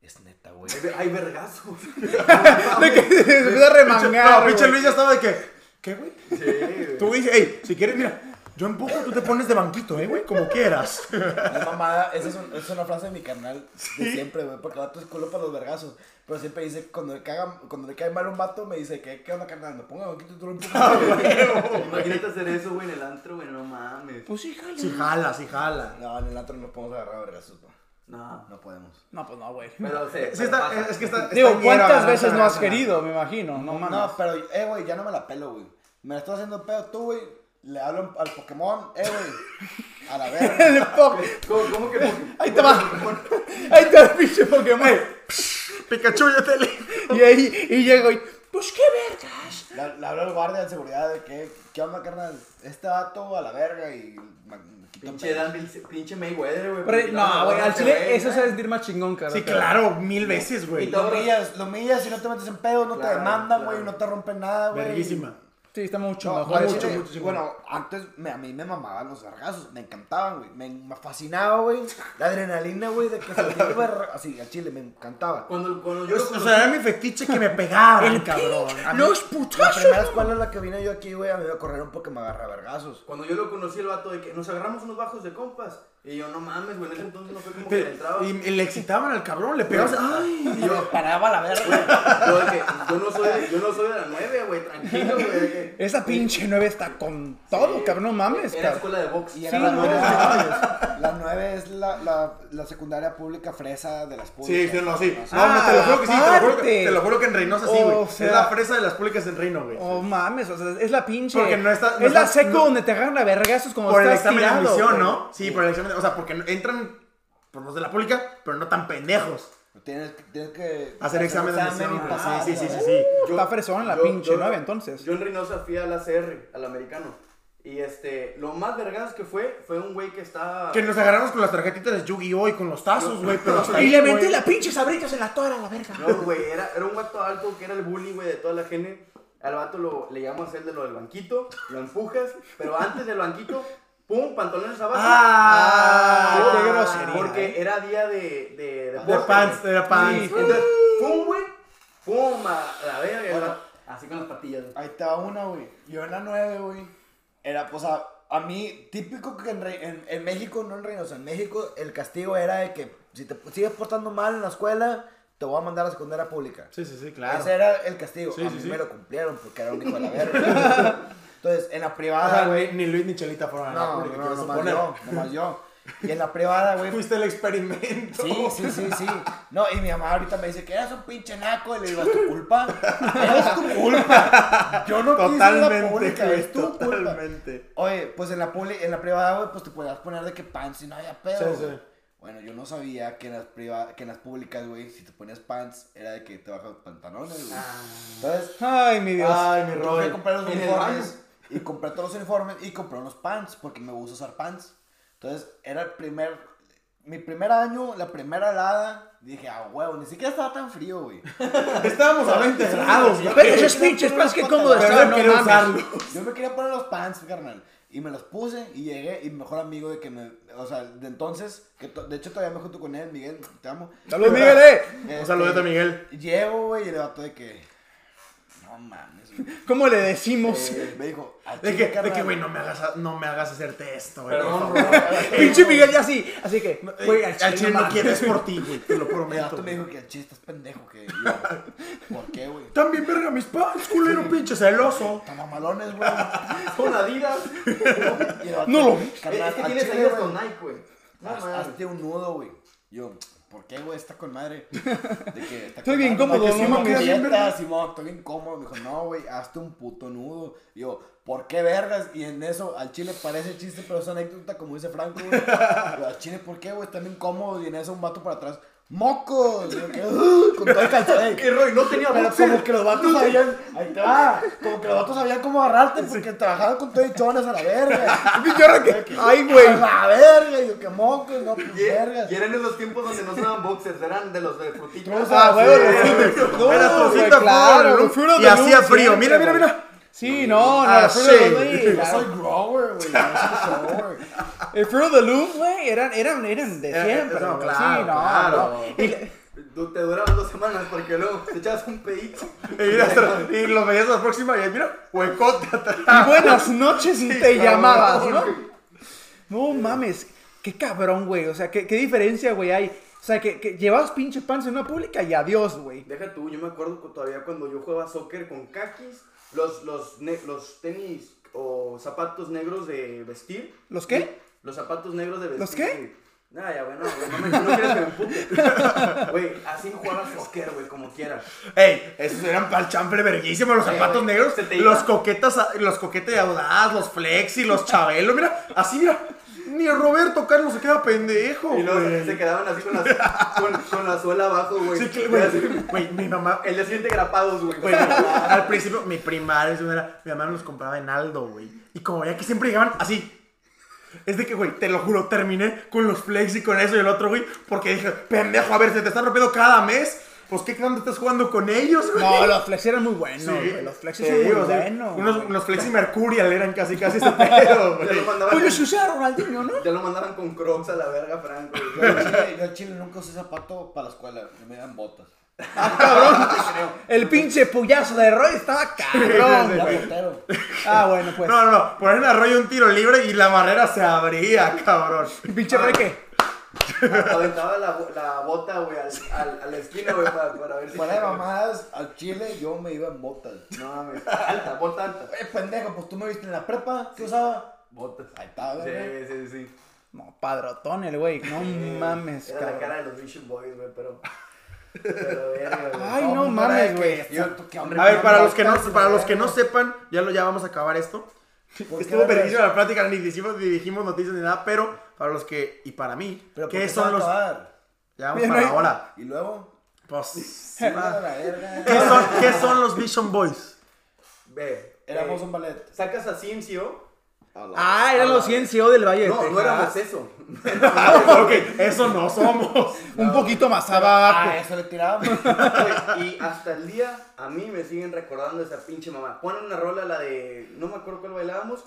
Speaker 3: Es neta, güey.
Speaker 2: Hay ver- Hay vergazos.
Speaker 4: De que se empieza a remangar.
Speaker 1: No, pinche
Speaker 4: güey.
Speaker 1: Luis ya estaba de que. ¿Qué, güey?
Speaker 2: Sí, güey.
Speaker 1: Tú dices, hey, si quieres, mira, yo empujo, tú te pones de banquito, eh, güey, como quieras.
Speaker 3: Es mamada, esa es, un- esa es una frase de mi carnal de siempre, güey, porque el vato es culo para los vergazos. Pero siempre dice, cuando le, caga, cuando le cae mal un vato, me dice, ¿qué, qué onda, carnal? Me pongo aquí tú lo
Speaker 2: Ah.
Speaker 3: empujas.
Speaker 2: Imagínate hacer eso, güey, en el antro, güey, no mames.
Speaker 4: Pues sí, jale.
Speaker 1: Si jala, si jala.
Speaker 3: No, en el antro no nos podemos agarrar a vergazos, no.
Speaker 2: No.
Speaker 3: No podemos.
Speaker 4: No, pues no, güey.
Speaker 2: Pero sí,
Speaker 1: Sí
Speaker 2: pero
Speaker 1: está-
Speaker 2: pasa.
Speaker 1: es, es que está. está
Speaker 4: Digo,
Speaker 1: ñero,
Speaker 4: ¿cuántas
Speaker 1: agarrarse,
Speaker 4: veces no has
Speaker 1: agarrarse.
Speaker 4: querido? Me imagino, no mames.
Speaker 3: No, pero, eh, güey, ya no me la pelo, güey. Me la estás haciendo pedo tú, güey. Le hablo al Pokémon, eh, güey. A la verga.
Speaker 4: El po-
Speaker 2: ¿Cómo, cómo que? por-
Speaker 4: Ahí te va. Ahí te va el pinche Pokémon.
Speaker 1: Pikachu, ya te leí.
Speaker 4: Y ahí, y llego y. Pues qué vergas.
Speaker 3: Le, le hablo al guardia de seguridad de que, ¿qué onda, carnal? Este vato a la verga y me, me quito un
Speaker 2: Pinche
Speaker 3: pedo.
Speaker 2: Dan, Bil- pinche Mayweather, güey.
Speaker 4: Pero,
Speaker 2: porque
Speaker 4: no, güey, al
Speaker 2: ese
Speaker 4: chile
Speaker 2: güey,
Speaker 4: eso es
Speaker 2: ¿eh?
Speaker 4: sentir más chingón, cara.
Speaker 1: Sí, claro, mil veces, güey.
Speaker 2: Y
Speaker 3: Lo humillas, lo humillas y no te metes en pedo, no te
Speaker 2: Claro,
Speaker 3: demandan, güey,
Speaker 2: claro.
Speaker 3: no te rompen nada, güey.
Speaker 1: Verguísima.
Speaker 4: Sí, está mucho
Speaker 3: No,
Speaker 4: mejor.
Speaker 3: al
Speaker 1: mucho,
Speaker 3: chile,
Speaker 1: mucho,
Speaker 3: Bueno, antes me- a mí me mamaban los vergazos, me encantaban, güey. Me, me fascinaba, güey. La adrenalina, güey, de que se ver así, al chile, me encantaba.
Speaker 2: Cuando, cuando yo
Speaker 1: Yo,
Speaker 2: lo
Speaker 1: o
Speaker 2: conocí,
Speaker 1: sea, era mi fetiche que me pegaban,
Speaker 4: El
Speaker 1: cabrón. A mí-
Speaker 4: Los
Speaker 3: La
Speaker 4: putazos.
Speaker 3: primera escuela en la que vine yo aquí, güey, a mí me corrieron porque me agarra vergazos.
Speaker 2: cuando yo lo conocí, el vato de que nos agarramos unos bajos de compas. Y yo, no mames, güey, en ese entonces no fue como que le
Speaker 1: te-
Speaker 2: entraba.
Speaker 1: y, y le excitaban al cabrón, le pegaban. ¡Ay!
Speaker 3: Y yo paraba la verga.
Speaker 2: Yo, de que, yo no soy, yo no soy de la nueve, güey, tranquilo, güey. de que-
Speaker 4: Esa pinche nueve está con todo,
Speaker 2: Sí.
Speaker 4: cabrón, no mames,
Speaker 2: Era
Speaker 4: cabrón.
Speaker 2: escuela de box.
Speaker 3: Y era
Speaker 4: Sí,
Speaker 3: la
Speaker 4: no,
Speaker 3: nueve.
Speaker 4: no
Speaker 3: La nueve es la, la, la secundaria pública fresa de las
Speaker 1: Sí,
Speaker 3: públicas.
Speaker 1: sí, no, sí. No,
Speaker 4: Ah,
Speaker 1: no, te lo juro que sí, te lo juro que,
Speaker 4: aparte.
Speaker 1: te lo juro que en Reynosa sí,
Speaker 4: O
Speaker 1: güey.
Speaker 4: sea-
Speaker 1: es la fresa de las públicas en Reino, güey.
Speaker 4: Oh mames, o sea, es la pinche.
Speaker 1: Porque no está- no
Speaker 4: es la
Speaker 1: está-
Speaker 4: seco
Speaker 1: no-
Speaker 4: donde te agarran a vergazos como
Speaker 1: por el
Speaker 4: estás
Speaker 1: examen
Speaker 4: tirado,
Speaker 1: de admisión,
Speaker 4: güey.
Speaker 1: ¿no? Sí, por el examen, de- o sea, porque entran por los de la pública, pero no tan pendejos.
Speaker 3: Tienes, tienes que
Speaker 1: Hacer examen de admisión.
Speaker 3: y
Speaker 1: Ah,
Speaker 3: pasar,
Speaker 1: sí, sí, sí,
Speaker 3: ¿verdad?
Speaker 1: sí.
Speaker 4: Está fresón la pinche nueve, entonces.
Speaker 2: Yo en Reynosa fui al ACR, al americano. Y este, lo más vergas que fue, fue un güey que estaba.
Speaker 1: Que nos agarramos con las tarjetitas de Yu-Gi-Oh! y con los tazos, güey, pero hasta
Speaker 4: Y
Speaker 1: ahí,
Speaker 4: le
Speaker 1: güey.
Speaker 4: metí la pinche sabritas en la tora, la verga.
Speaker 2: No, güey, era, era un vato alto que era el bully, güey, de toda la gente. Al vato lo, le llamamos el de lo del banquito, lo empujas, pero antes del banquito, pum, pantalones abajo.
Speaker 1: Ah,
Speaker 2: Yo-
Speaker 1: qué grosería,
Speaker 2: Porque
Speaker 1: eh.
Speaker 2: era día de. De,
Speaker 1: De
Speaker 2: deporte,
Speaker 1: pants,
Speaker 2: güey.
Speaker 1: de pants.
Speaker 4: Sí.
Speaker 2: Entonces, pum, güey, pum, a la verga. el vato- Así con las patillas, güey.
Speaker 3: Ahí estaba una, güey. Yo en la 9, güey. Era, pues, a, a mí, típico que en, Re- en, en México, no en Reynosa, en México, el castigo era de que si te sigues portando mal en la escuela, te voy a mandar a la secundaria pública.
Speaker 1: Sí, sí, sí, claro.
Speaker 3: Ese era el castigo.
Speaker 1: Sí,
Speaker 3: a
Speaker 1: sí,
Speaker 3: mí
Speaker 1: sí.
Speaker 3: me lo cumplieron porque era un hijo de la verga. Entonces, en
Speaker 1: O
Speaker 3: la
Speaker 1: sea,
Speaker 3: privada, güey.
Speaker 1: ni, ni Luis ni Chelita fueron a la
Speaker 3: No,
Speaker 1: pública,
Speaker 3: no,
Speaker 1: quiero
Speaker 3: no, nomás
Speaker 1: suponer.
Speaker 3: yo, nomás yo. Y en la privada, güey,
Speaker 1: Fuiste el experimento.
Speaker 3: Sí, sí, sí, sí. No, y mi mamá ahorita me dice que eras un pinche naco. Y le digo, es tu culpa. Es tu culpa. Yo no quise ir a
Speaker 1: totalmente,
Speaker 3: la pública,
Speaker 1: güey,
Speaker 3: es tu culpa.
Speaker 1: totalmente.
Speaker 3: Oye, pues en la, puli- en la privada, güey, pues te podías poner de que pants y no había pedo.
Speaker 1: Sí, sí.
Speaker 3: güey. Bueno, yo no sabía que en las, priva- que en las públicas, güey, si te ponías pants, era de que te bajas los pantalones, güey.
Speaker 1: Ah.
Speaker 3: Entonces,
Speaker 4: Ay, mi Dios.
Speaker 1: Ay, mi
Speaker 3: yo fui a
Speaker 1: Roy.
Speaker 3: comprar los
Speaker 2: En el
Speaker 3: uniformes
Speaker 2: baño.
Speaker 3: y compré todos los uniformes y compré unos pants porque me gusta usar pants. Entonces, era el primer, mi primer año, la primera helada. Dije, ah, huevo, ni siquiera estaba tan frío, güey.
Speaker 1: Estábamos a 20 grados, güey.
Speaker 4: Pero esos pinches pants que cómodo
Speaker 1: Pero
Speaker 4: estaban,
Speaker 1: no
Speaker 4: no
Speaker 1: quería
Speaker 4: mames.
Speaker 1: usarlo.
Speaker 3: Yo me quería poner los pants, carnal. Y me los puse y llegué y mi mejor amigo de que me... O sea, de entonces, que to- de hecho todavía me junto con él, Miguel, te amo.
Speaker 1: ¡Saludos, Miguel,
Speaker 3: ¿verdad?
Speaker 1: eh!
Speaker 3: Este,
Speaker 1: Un saludo a Miguel.
Speaker 3: Llevo, güey, y el vato de que... No mames, güey.
Speaker 4: ¿Cómo le decimos?
Speaker 3: Eh, me dijo... "Al
Speaker 1: De que,
Speaker 3: chile,
Speaker 1: de que,
Speaker 3: carnal".
Speaker 1: güey, no me hagas, no me hagas hacerte esto, güey.
Speaker 2: Perdón,
Speaker 1: por favor.
Speaker 4: Pinche Miguel ya así. Así que,
Speaker 1: Eh,
Speaker 4: güey,
Speaker 1: al chile no
Speaker 4: mames.
Speaker 1: quieres por ti, güey, te lo
Speaker 3: El
Speaker 1: prometo.
Speaker 3: vato me dijo
Speaker 1: güey.
Speaker 3: que al chile estás pendejo, que... y yo, ¿Por qué, güey?
Speaker 1: También verga mis pants, culero, pinche celoso.
Speaker 3: Tan mamalones, güey.
Speaker 2: Con Adidas.
Speaker 3: Y el vato,
Speaker 4: No lo vi.
Speaker 3: carnal,
Speaker 2: es que
Speaker 3: al
Speaker 2: tienes
Speaker 3: chile,
Speaker 2: Adidas
Speaker 3: güey,
Speaker 2: con Nike, güey. No,
Speaker 3: Haz-
Speaker 2: mames.
Speaker 3: hazte un nudo, güey. Yo, ¿por qué, güey? Está con madre. De que está
Speaker 4: Estoy
Speaker 3: con
Speaker 4: bien
Speaker 3: madre,
Speaker 4: cómodo,
Speaker 3: de que
Speaker 4: no
Speaker 3: Simón,
Speaker 4: mames.
Speaker 3: que ya está, Simón, estoy bien cómodo. Me dijo, no, güey, hazte un puto nudo. Y yo, ¿por qué vergas? Y en eso, al chile parece chiste, pero es anécdota, como dice Franco, güey. Yo, al chile, ¿por qué, güey? Están bien cómodos. Y en eso, un vato para atrás, ¡mocos! Y yo, que, "Ugh", con todo el calzón.
Speaker 2: Que Roy no tenía
Speaker 3: Pero
Speaker 2: boxer.
Speaker 3: como que los vatos sabían, ahí te va, como que los vatos sabían cómo agarrarte porque trabajaban con todo y chonas a la verga.
Speaker 4: Pinche ahora que- Ay, güey.
Speaker 3: A la verga, y yo que mocos, no, pues
Speaker 2: Y
Speaker 3: vergas.
Speaker 2: y eran en los tiempos donde no se daban boxers, eran de los de frutitas.
Speaker 3: Trozas. Ah,
Speaker 4: huevo,
Speaker 3: sí,
Speaker 4: los
Speaker 3: güey.
Speaker 4: frutas.
Speaker 1: Era
Speaker 4: No,
Speaker 1: trocito
Speaker 4: güey,
Speaker 1: de
Speaker 4: claro,
Speaker 1: flor,
Speaker 4: los frutos
Speaker 1: y
Speaker 4: de
Speaker 1: hacía
Speaker 4: luz
Speaker 1: frío. Mira,
Speaker 4: siempre,
Speaker 1: mira,
Speaker 4: güey.
Speaker 1: mira.
Speaker 4: Sí, no, no,
Speaker 1: Ah,
Speaker 4: el Fruit of the
Speaker 1: sí.
Speaker 4: Loom,
Speaker 3: Yo soy
Speaker 4: claro.
Speaker 3: grower, güey, yo soy grower.
Speaker 4: El Fruit of the Loom, güey, eran, eran, eran de
Speaker 1: Eh,
Speaker 4: siempre.
Speaker 1: no,
Speaker 4: güey.
Speaker 1: claro,
Speaker 4: sí, no,
Speaker 1: claro.
Speaker 4: no. Y le-
Speaker 2: Du- Te duraban dos semanas porque luego te echabas un pedito.
Speaker 1: Y, mira, hasta- y lo veías la próxima y mira, huecote atrás.
Speaker 4: Y buenas noches y te
Speaker 1: cabrón,
Speaker 4: llamabas, ¿no?
Speaker 1: güey.
Speaker 4: No mames, qué cabrón, güey. O sea, qué, qué diferencia, güey, hay. O sea, que, que llevabas pinche pants en una pública y adiós, güey.
Speaker 2: Deja tú, yo me acuerdo cu- todavía cuando yo jugaba soccer con kakis, los, los, ne- los tenis o zapatos negros de vestir.
Speaker 4: ¿Los qué?
Speaker 2: Los zapatos negros de vestir.
Speaker 4: ¿Los qué?
Speaker 2: Nah, ya, bueno, güey, no, me- no quieres que me empute. Güey, así jugaba soccer, güey, como quieras.
Speaker 1: Ey, esos eran pa'l chanfle verguísimo, los
Speaker 2: Sí,
Speaker 1: zapatos
Speaker 2: güey.
Speaker 1: negros,
Speaker 2: Se te iba.
Speaker 1: los coquetas, los coquetes de audaz, los flexi, los chabelo, mira, así mira, ni Roberto Carlos se queda pendejo,
Speaker 2: Y luego se-
Speaker 1: güey.
Speaker 2: se quedaban así con, las, con, con la suela abajo, güey.
Speaker 1: Sí, que-
Speaker 2: Y
Speaker 1: güey,
Speaker 2: así-
Speaker 1: güey, mi mamá,
Speaker 2: El día siguiente grapados, güey.
Speaker 1: Güey, al principio, mi primaria, secundaria, mi mamá me los compraba en Aldo, güey. Y como veía que siempre llegaban así. Es de que, güey, te lo juro, terminé con los flex y con eso y el otro, güey. Porque dije, pendejo, a ver, se te están rompiendo cada mes. Pues qué grande estás jugando con ellos, güey.
Speaker 4: No, los flexi eran muy buenos,
Speaker 1: Sí,
Speaker 4: güey. Los flexi
Speaker 1: te
Speaker 4: son muy
Speaker 1: digo, o sea,
Speaker 4: buenos.
Speaker 1: Unos,
Speaker 4: güey.
Speaker 1: unos flexi Mercurial eran casi, casi ese pedo,
Speaker 2: Ya lo
Speaker 1: güey.
Speaker 2: mandaban,
Speaker 4: Pues los usaba Ronaldinho, ¿no?
Speaker 2: ya lo mandaban con crocs a la verga, Franco. güey.
Speaker 3: Yo al chile- Yo al chile nunca usé zapato para la escuela, que me dan botas.
Speaker 4: El pinche puyazo de Roy estaba cabrón,
Speaker 3: Era
Speaker 4: güey.
Speaker 3: portero.
Speaker 4: Ah, bueno, pues.
Speaker 1: No, no, no. Poner en arroyo un tiro libre y la barrera se abría, cabrón.
Speaker 4: ¿Y pinche Roy qué?
Speaker 2: Aventaba la, bo- la bota, güey, al, al, a la esquina, güey, para, para ver si.
Speaker 3: Fuera de mamadas, al chile yo me iba en botas.
Speaker 2: No mames. Alta, bota alta.
Speaker 3: Eh, pendejo, pues tú me viste en la prepa, ¿qué usaba?
Speaker 2: Botas.
Speaker 3: Ahí está, güey.
Speaker 2: Sí, sí, sí. Eh,
Speaker 4: No, padrotón el güey. No mames,
Speaker 2: Era la
Speaker 4: cabrón.
Speaker 2: cara de los Vision Boys, güey, pero. Pero, verga, güey.
Speaker 4: Ay,
Speaker 3: Todo
Speaker 4: no
Speaker 3: mundo era de
Speaker 4: mames,
Speaker 3: que,
Speaker 4: güey.
Speaker 3: este vato, qué hombre,
Speaker 1: A ver,
Speaker 3: qué
Speaker 1: para
Speaker 3: hombre,
Speaker 1: los que no,
Speaker 3: botas,
Speaker 1: para los
Speaker 3: güey.
Speaker 1: que no sepan, ya lo ya vamos a acabar esto.
Speaker 3: ¿Por qué
Speaker 1: Estuvo
Speaker 3: vergas?
Speaker 1: perdido la plática, ni dijimos, ni dijimos noticias ni nada, pero para los que, y para mí,
Speaker 3: ¿Pero por
Speaker 1: ¿qué
Speaker 3: se
Speaker 1: son
Speaker 3: va a
Speaker 1: los...
Speaker 3: acabar?
Speaker 1: Ya vamos
Speaker 4: Bien,
Speaker 1: para
Speaker 4: ahí.
Speaker 1: ahora.
Speaker 3: Y luego,
Speaker 1: Pues,
Speaker 3: sí, a la verga.
Speaker 1: ¿qué, son, qué son los Vision Boys?
Speaker 2: Ve.
Speaker 3: Éramos
Speaker 2: eh,
Speaker 3: un ballet.
Speaker 2: Sacas a Simsio.
Speaker 4: Ah, eran los 100 CEO del Valle de
Speaker 2: No, no
Speaker 4: Texas.
Speaker 2: éramos eso.
Speaker 1: ok, eso no somos.
Speaker 4: Un poquito más
Speaker 3: Ah,
Speaker 4: abajo.
Speaker 3: eso le tirábamos.
Speaker 2: Güey, y hasta el día a mí me siguen recordando esa pinche mamá. Ponen una rola, la de. No me acuerdo cuál bailábamos.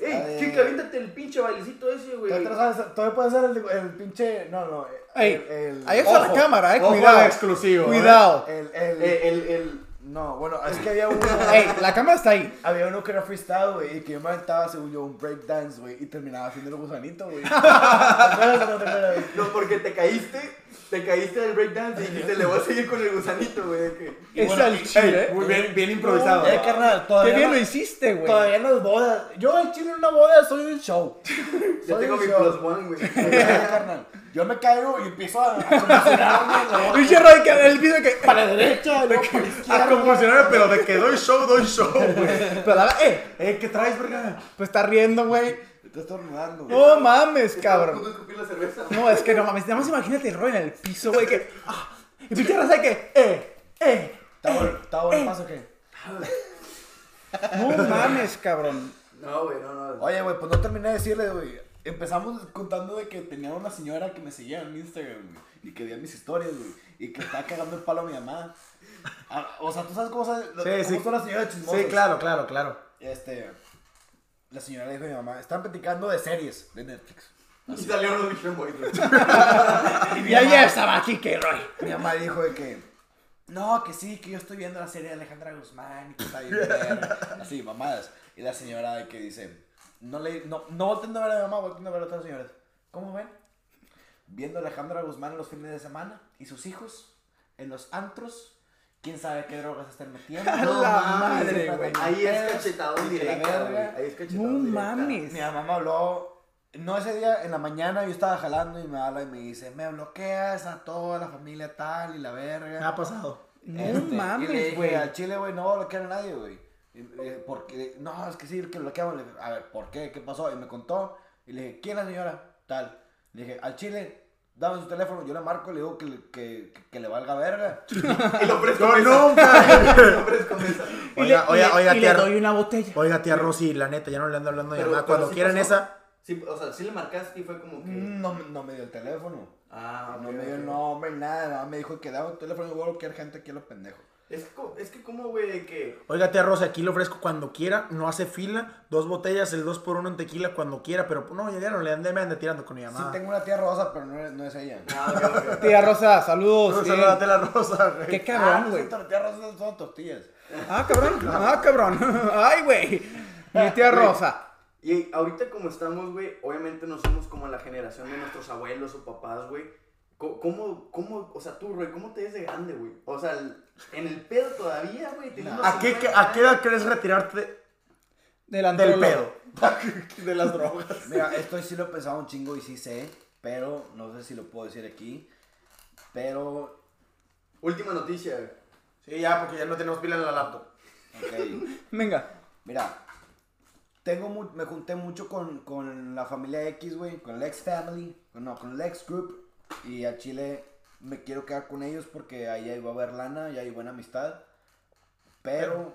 Speaker 3: La
Speaker 2: ¡Ey,
Speaker 3: de-
Speaker 2: chica, aviéntate el pinche bailecito ese, güey!
Speaker 3: Todavía te lo sabes, todavía puede ser el, el pinche. No, no. El,
Speaker 4: Ey,
Speaker 3: el-
Speaker 4: ahí está la
Speaker 1: Ojo,
Speaker 4: cámara, eh.
Speaker 1: ojo
Speaker 4: Cuidado.
Speaker 1: al exclusivo, eh.
Speaker 4: Cuidado.
Speaker 3: El, el,
Speaker 2: El, Eh, el, el-
Speaker 3: No, bueno, es que había uno.
Speaker 4: Ey, la cámara está ahí.
Speaker 3: Había uno que era freestyle, güey, y que yo me aventaba, según yo, un breakdance, güey, y terminaba haciendo el gusanito, güey. ¿Te acuerdas o no te acuerdas?
Speaker 2: No, porque te caíste, te caíste del breakdance y dijiste, le voy a seguir con el gusanito, güey. de que-
Speaker 4: Es
Speaker 3: bueno,
Speaker 4: al chile,
Speaker 1: Ey,
Speaker 4: eh.
Speaker 1: muy bien, bien improvisado.
Speaker 3: Eh, carnal,
Speaker 4: Qué
Speaker 3: todavía.
Speaker 4: bien
Speaker 3: no-
Speaker 4: lo hiciste, güey.
Speaker 3: Todavía en las bodas. Yo en Chile en una boda soy un show.
Speaker 2: Yo
Speaker 3: Soy
Speaker 2: tengo
Speaker 3: un
Speaker 2: mi
Speaker 3: show.
Speaker 2: plus one, güey.
Speaker 3: Eh, carnal, Yo me caigo y empiezo a, a conmocionarme, ¿no?
Speaker 4: Pinche Roy, que el video que.
Speaker 3: Para la derecha, y luego para la
Speaker 1: A
Speaker 3: izquierda.
Speaker 1: conmocionar, pero de que doy show, doy show, güey.
Speaker 4: Pero la- Eh,
Speaker 1: Eh, ¿qué traes, verga?
Speaker 4: pues está riendo, güey.
Speaker 3: Te estoy estornudando, güey.
Speaker 4: No mames,
Speaker 2: Estaba a punto
Speaker 4: cabrón.
Speaker 2: de escupir la cerveza.
Speaker 4: No, es que no mames. Nada más imagínate el Roy en el piso, güey. Que. ah, Y pinche raza de que. Eh, eh.
Speaker 3: ¿Está bueno- ¿Está bueno el paso o qué?
Speaker 4: No mames, cabrón.
Speaker 2: No, güey, no, no.
Speaker 4: Ah,
Speaker 3: Oye, güey, pues no terminé de decirle, güey. Empezamos contando de que tenía una señora que me seguía en Instagram, güey. Y que veía mis historias, güey. Y que estaba cagando el palo a mi mamá. Ah, O sea, tú sabes cómo, sabes,
Speaker 1: Sí, sí.
Speaker 3: cómo son las señoras chismosas.
Speaker 1: Sí, claro, claro, claro.
Speaker 3: Este. la señora le dijo a mi mamá, están platicando de series de Netflix.
Speaker 2: Y salieron los Mission Boys, güey.
Speaker 4: Y ayer estaba aquí, que Roy.
Speaker 3: Mi mamá dijo de que, no, que sí, que yo estoy viendo la serie de Alejandra Guzmán y que está bien verga", Así, mamadas. Y la señora de que dice, no le, no, no volteen a ver a mi mamá, volteen a ver a otras señoras. ¿Cómo ven? Viendo a Alejandra Guzmán los fines de semana y sus hijos en los antros. ¿Quién sabe qué drogas están metiendo?
Speaker 4: A
Speaker 2: No
Speaker 4: la
Speaker 2: mames,
Speaker 4: madre,
Speaker 2: güey.
Speaker 4: güey.
Speaker 2: Ahí es
Speaker 3: cachetado
Speaker 2: cachetado directa, güey. Ahí es cachetado
Speaker 4: No
Speaker 2: directa.
Speaker 4: mames.
Speaker 3: Mi mamá me habló. No ese día, en la mañana yo estaba jalando y me habla y me dice, me bloqueas a toda la familia tal y la verga.
Speaker 1: Me ha pasado.
Speaker 4: No
Speaker 3: Este, y le
Speaker 4: mames,
Speaker 3: dije,
Speaker 4: güey.
Speaker 3: Al chile, güey, no voy a bloquear a nadie, güey. Y, eh, Porque, no, es que sí, que bloqueamos. Le dije, a ver, ¿por qué? ¿Qué pasó? Y me contó. Y le dije, ¿quién es la señora? Tal. Le dije, al chile, dame su teléfono. Yo le marco y le digo que, le- que, que, que le valga verga.
Speaker 2: El hombre es
Speaker 1: Yo
Speaker 2: con esa.
Speaker 1: nunca.
Speaker 2: El hombre es con esa.
Speaker 4: Y
Speaker 1: Oiga,
Speaker 4: le- y
Speaker 1: oiga,
Speaker 4: le-
Speaker 1: oiga,
Speaker 4: y le
Speaker 1: tía Ro-
Speaker 4: doy una botella.
Speaker 1: Oiga, tía Rosy, la neta, ya no le ando hablando a mi
Speaker 2: Pero-
Speaker 1: mamá.
Speaker 2: pero
Speaker 1: Cuando
Speaker 2: sí
Speaker 1: quieran
Speaker 2: pasó.
Speaker 1: esa, Mm.
Speaker 2: Sí, o sea, sí le marcaste y fue como que.
Speaker 3: No, me- no me dio el teléfono.
Speaker 2: Ah, ok,
Speaker 3: no me dio
Speaker 2: ok.
Speaker 3: el nombre, nada. Nada más me dijo que daba un teléfono y voy a bloquear gente aquí a los pendejos.
Speaker 2: Es que, co- es que como, güey, de que.
Speaker 1: Oiga, tía Rosa, aquí le ofrezco cuando quiera, no hace fila, dos botellas, el 2 por 1 en tequila cuando quiera, pero no, llegaron, le andé, me andé tirando con mi
Speaker 3: Sí,
Speaker 1: mamá.
Speaker 3: tengo una tía rosa, pero no es, no es ella.
Speaker 2: Ah, ok, ok.
Speaker 4: Tía Rosa, saludos.
Speaker 1: Saludos
Speaker 4: sí.
Speaker 1: a la tía Rosa, güey.
Speaker 4: Qué
Speaker 3: Ah,
Speaker 4: cabrón,
Speaker 3: no,
Speaker 4: güey.
Speaker 3: sí, tía rosa son tortillas.
Speaker 4: Ah, cabrón. Ah, cabrón. Ay, güey. Mi tía
Speaker 2: Güey.
Speaker 4: Rosa.
Speaker 2: Y ahorita como estamos, güey, obviamente no somos como la generación de nuestros abuelos o papás, güey. Co- ¿Cómo, cómo, o sea, tú, Roy, cómo te ves de grande, güey? O sea, el- en el pedo todavía, güey. teniendo
Speaker 1: ¿A qué,
Speaker 2: 50
Speaker 1: ¿A qué edad quieres retirarte
Speaker 4: Del
Speaker 1: del
Speaker 4: pedo.
Speaker 1: pedo? De las drogas.
Speaker 3: Mira, esto sí lo he pensado un chingo y sí sé, pero no sé si lo puedo decir aquí. Pero,
Speaker 2: Última noticia, güey.
Speaker 1: Sí, ya, porque ya no tenemos pila en la laptop.
Speaker 3: ok.
Speaker 4: Venga.
Speaker 3: Mira, tengo mu- me junté mucho con, con la familia X, güey, con Lex Family, con- no, con Lex Group. Y a Chile me quiero quedar con ellos porque ahí ahí va a haber lana y hay buena amistad. Pero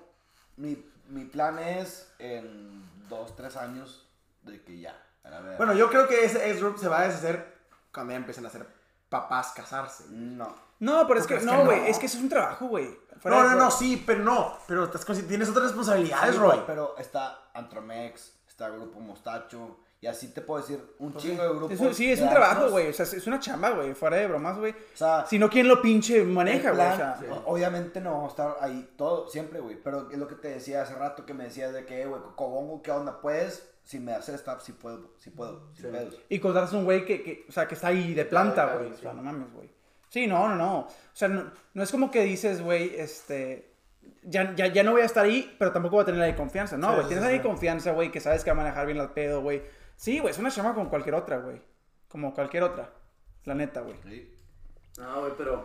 Speaker 3: mi, mi plan es en dos, tres años de que ya, a la verga.
Speaker 1: Bueno, yo creo que ese ex-group se va a deshacer cuando ya empiecen a ser papás casarse.
Speaker 3: no.
Speaker 4: No, pero es que,
Speaker 1: Porque
Speaker 4: no, güey. Es que eso es un trabajo, güey. Fuera
Speaker 1: No,
Speaker 4: de
Speaker 1: no, no,
Speaker 4: juego.
Speaker 1: sí, pero no. Pero estás consci- tienes otras responsabilidades,
Speaker 3: Sí,
Speaker 1: Roy.
Speaker 3: güey, Pero está Antromex, está Grupo Mostacho, y así te puedo decir un
Speaker 1: Pues
Speaker 3: chingo
Speaker 1: sí.
Speaker 3: de grupos.
Speaker 4: Es un- sí, es
Speaker 3: de
Speaker 4: un trabajo,
Speaker 3: antros.
Speaker 4: güey. O sea, es una chamba, güey. Fuera de bromas, güey.
Speaker 3: O sea,
Speaker 4: Si no, ¿quién lo pinche
Speaker 3: el
Speaker 4: maneja, güey? O
Speaker 3: plan,
Speaker 4: sea,
Speaker 3: o- obviamente no vamos a estar ahí todo, siempre, güey. Pero es lo que te decía hace rato que me decías de que, "Eh, güey, Cobongo, ¿qué onda? Puedes, si me haces stop, si puedo, si puedo, si
Speaker 2: Sí.
Speaker 3: puedo.
Speaker 4: Y contratas a un güey que, que, o sea, que está ahí de planta, güey. O sea, no mames, güey. Sí, no, no, no. O sea, no, no es como que dices, güey, este. Ya, ya, ya no voy a estar ahí, pero tampoco voy a tener la de confianza. No,
Speaker 1: Sí,
Speaker 4: güey,
Speaker 1: sí,
Speaker 4: tienes
Speaker 1: sí,
Speaker 4: ahí
Speaker 1: sí.
Speaker 4: confianza, güey, que sabes que va a manejar bien la pedo, güey. Sí, güey, es una chama como cualquier otra, güey. Como cualquier otra. La neta, güey.
Speaker 2: No, güey, pero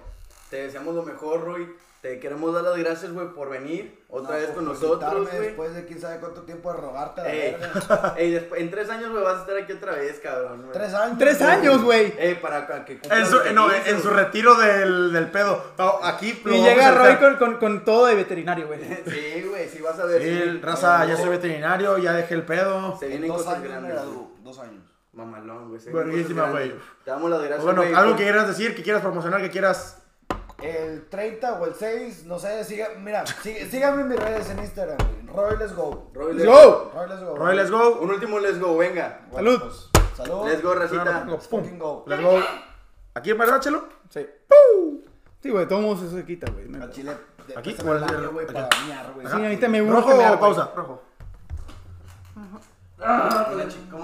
Speaker 2: te deseamos lo mejor, Roy. Te queremos dar las gracias, güey, por venir otra
Speaker 3: No,
Speaker 2: vez
Speaker 3: por-
Speaker 2: con
Speaker 3: por
Speaker 2: nosotros,
Speaker 3: invitarme
Speaker 2: güey.
Speaker 3: Después de quién sabe cuánto tiempo de rogarte la
Speaker 2: Ey,
Speaker 3: verga.
Speaker 2: ey, después- en tres años, güey, vas a estar aquí otra vez, cabrón. güey.
Speaker 3: Tres años.
Speaker 4: ¡Tres
Speaker 3: güey.
Speaker 4: años, güey!
Speaker 2: Ey, para, para que cumpla
Speaker 1: En su,
Speaker 2: lo que
Speaker 1: no,
Speaker 2: dice,
Speaker 1: en su
Speaker 2: güey.
Speaker 1: retiro del, del pedo. No, aquí lo
Speaker 4: Y
Speaker 1: vamos
Speaker 4: llega
Speaker 1: a
Speaker 4: Roy
Speaker 1: dejar.
Speaker 4: con, con, con todo de veterinario, güey.
Speaker 2: Sí, güey, sí vas a ver.
Speaker 1: Sí,
Speaker 2: sí.
Speaker 1: raza, ya soy veterinario, ya dejé el pedo.
Speaker 2: Se
Speaker 3: En
Speaker 2: vienen
Speaker 3: dos
Speaker 2: cosas
Speaker 3: años me
Speaker 2: grandes. güey.
Speaker 3: gradúo, dos años.
Speaker 2: Mamalón, güey. se vienen
Speaker 1: Verguísima,
Speaker 2: cosas grandes.
Speaker 1: güey.
Speaker 2: Te damos las gracias.
Speaker 1: Pues Bueno,
Speaker 2: güey,
Speaker 1: algo
Speaker 2: por-
Speaker 1: que quieras decir, que quieras promocionar, que quieras.
Speaker 3: El 30 o el 6, no sé, siga, mira, sigue- síganme en mis redes en Instagram, güey. Roy Let's Go.
Speaker 2: Roy,
Speaker 4: ¡Let's
Speaker 2: let's
Speaker 4: go!
Speaker 3: Roy Let's Go.
Speaker 1: Roy, let's go.
Speaker 2: Un último let's go, venga.
Speaker 3: Bueno,
Speaker 4: Salud.
Speaker 3: pues, salud.
Speaker 2: Let's go, racita.
Speaker 3: Fucking go.
Speaker 1: Let's go. Aquí, ¿verdad, Chelo?
Speaker 4: Sí. Sí, güey, todo mundo se quita, güey. no hay
Speaker 3: Al
Speaker 4: pedo.
Speaker 3: chile. de-
Speaker 1: Aquí,
Speaker 3: pásame el
Speaker 1: o el-
Speaker 3: baño, güey,
Speaker 1: acá.
Speaker 3: para miar, güey.
Speaker 4: Sí, ahorita me urge
Speaker 1: Rojo
Speaker 4: mear,
Speaker 1: o
Speaker 4: güey.
Speaker 1: pausa, rojo.
Speaker 2: Ah, con la chica.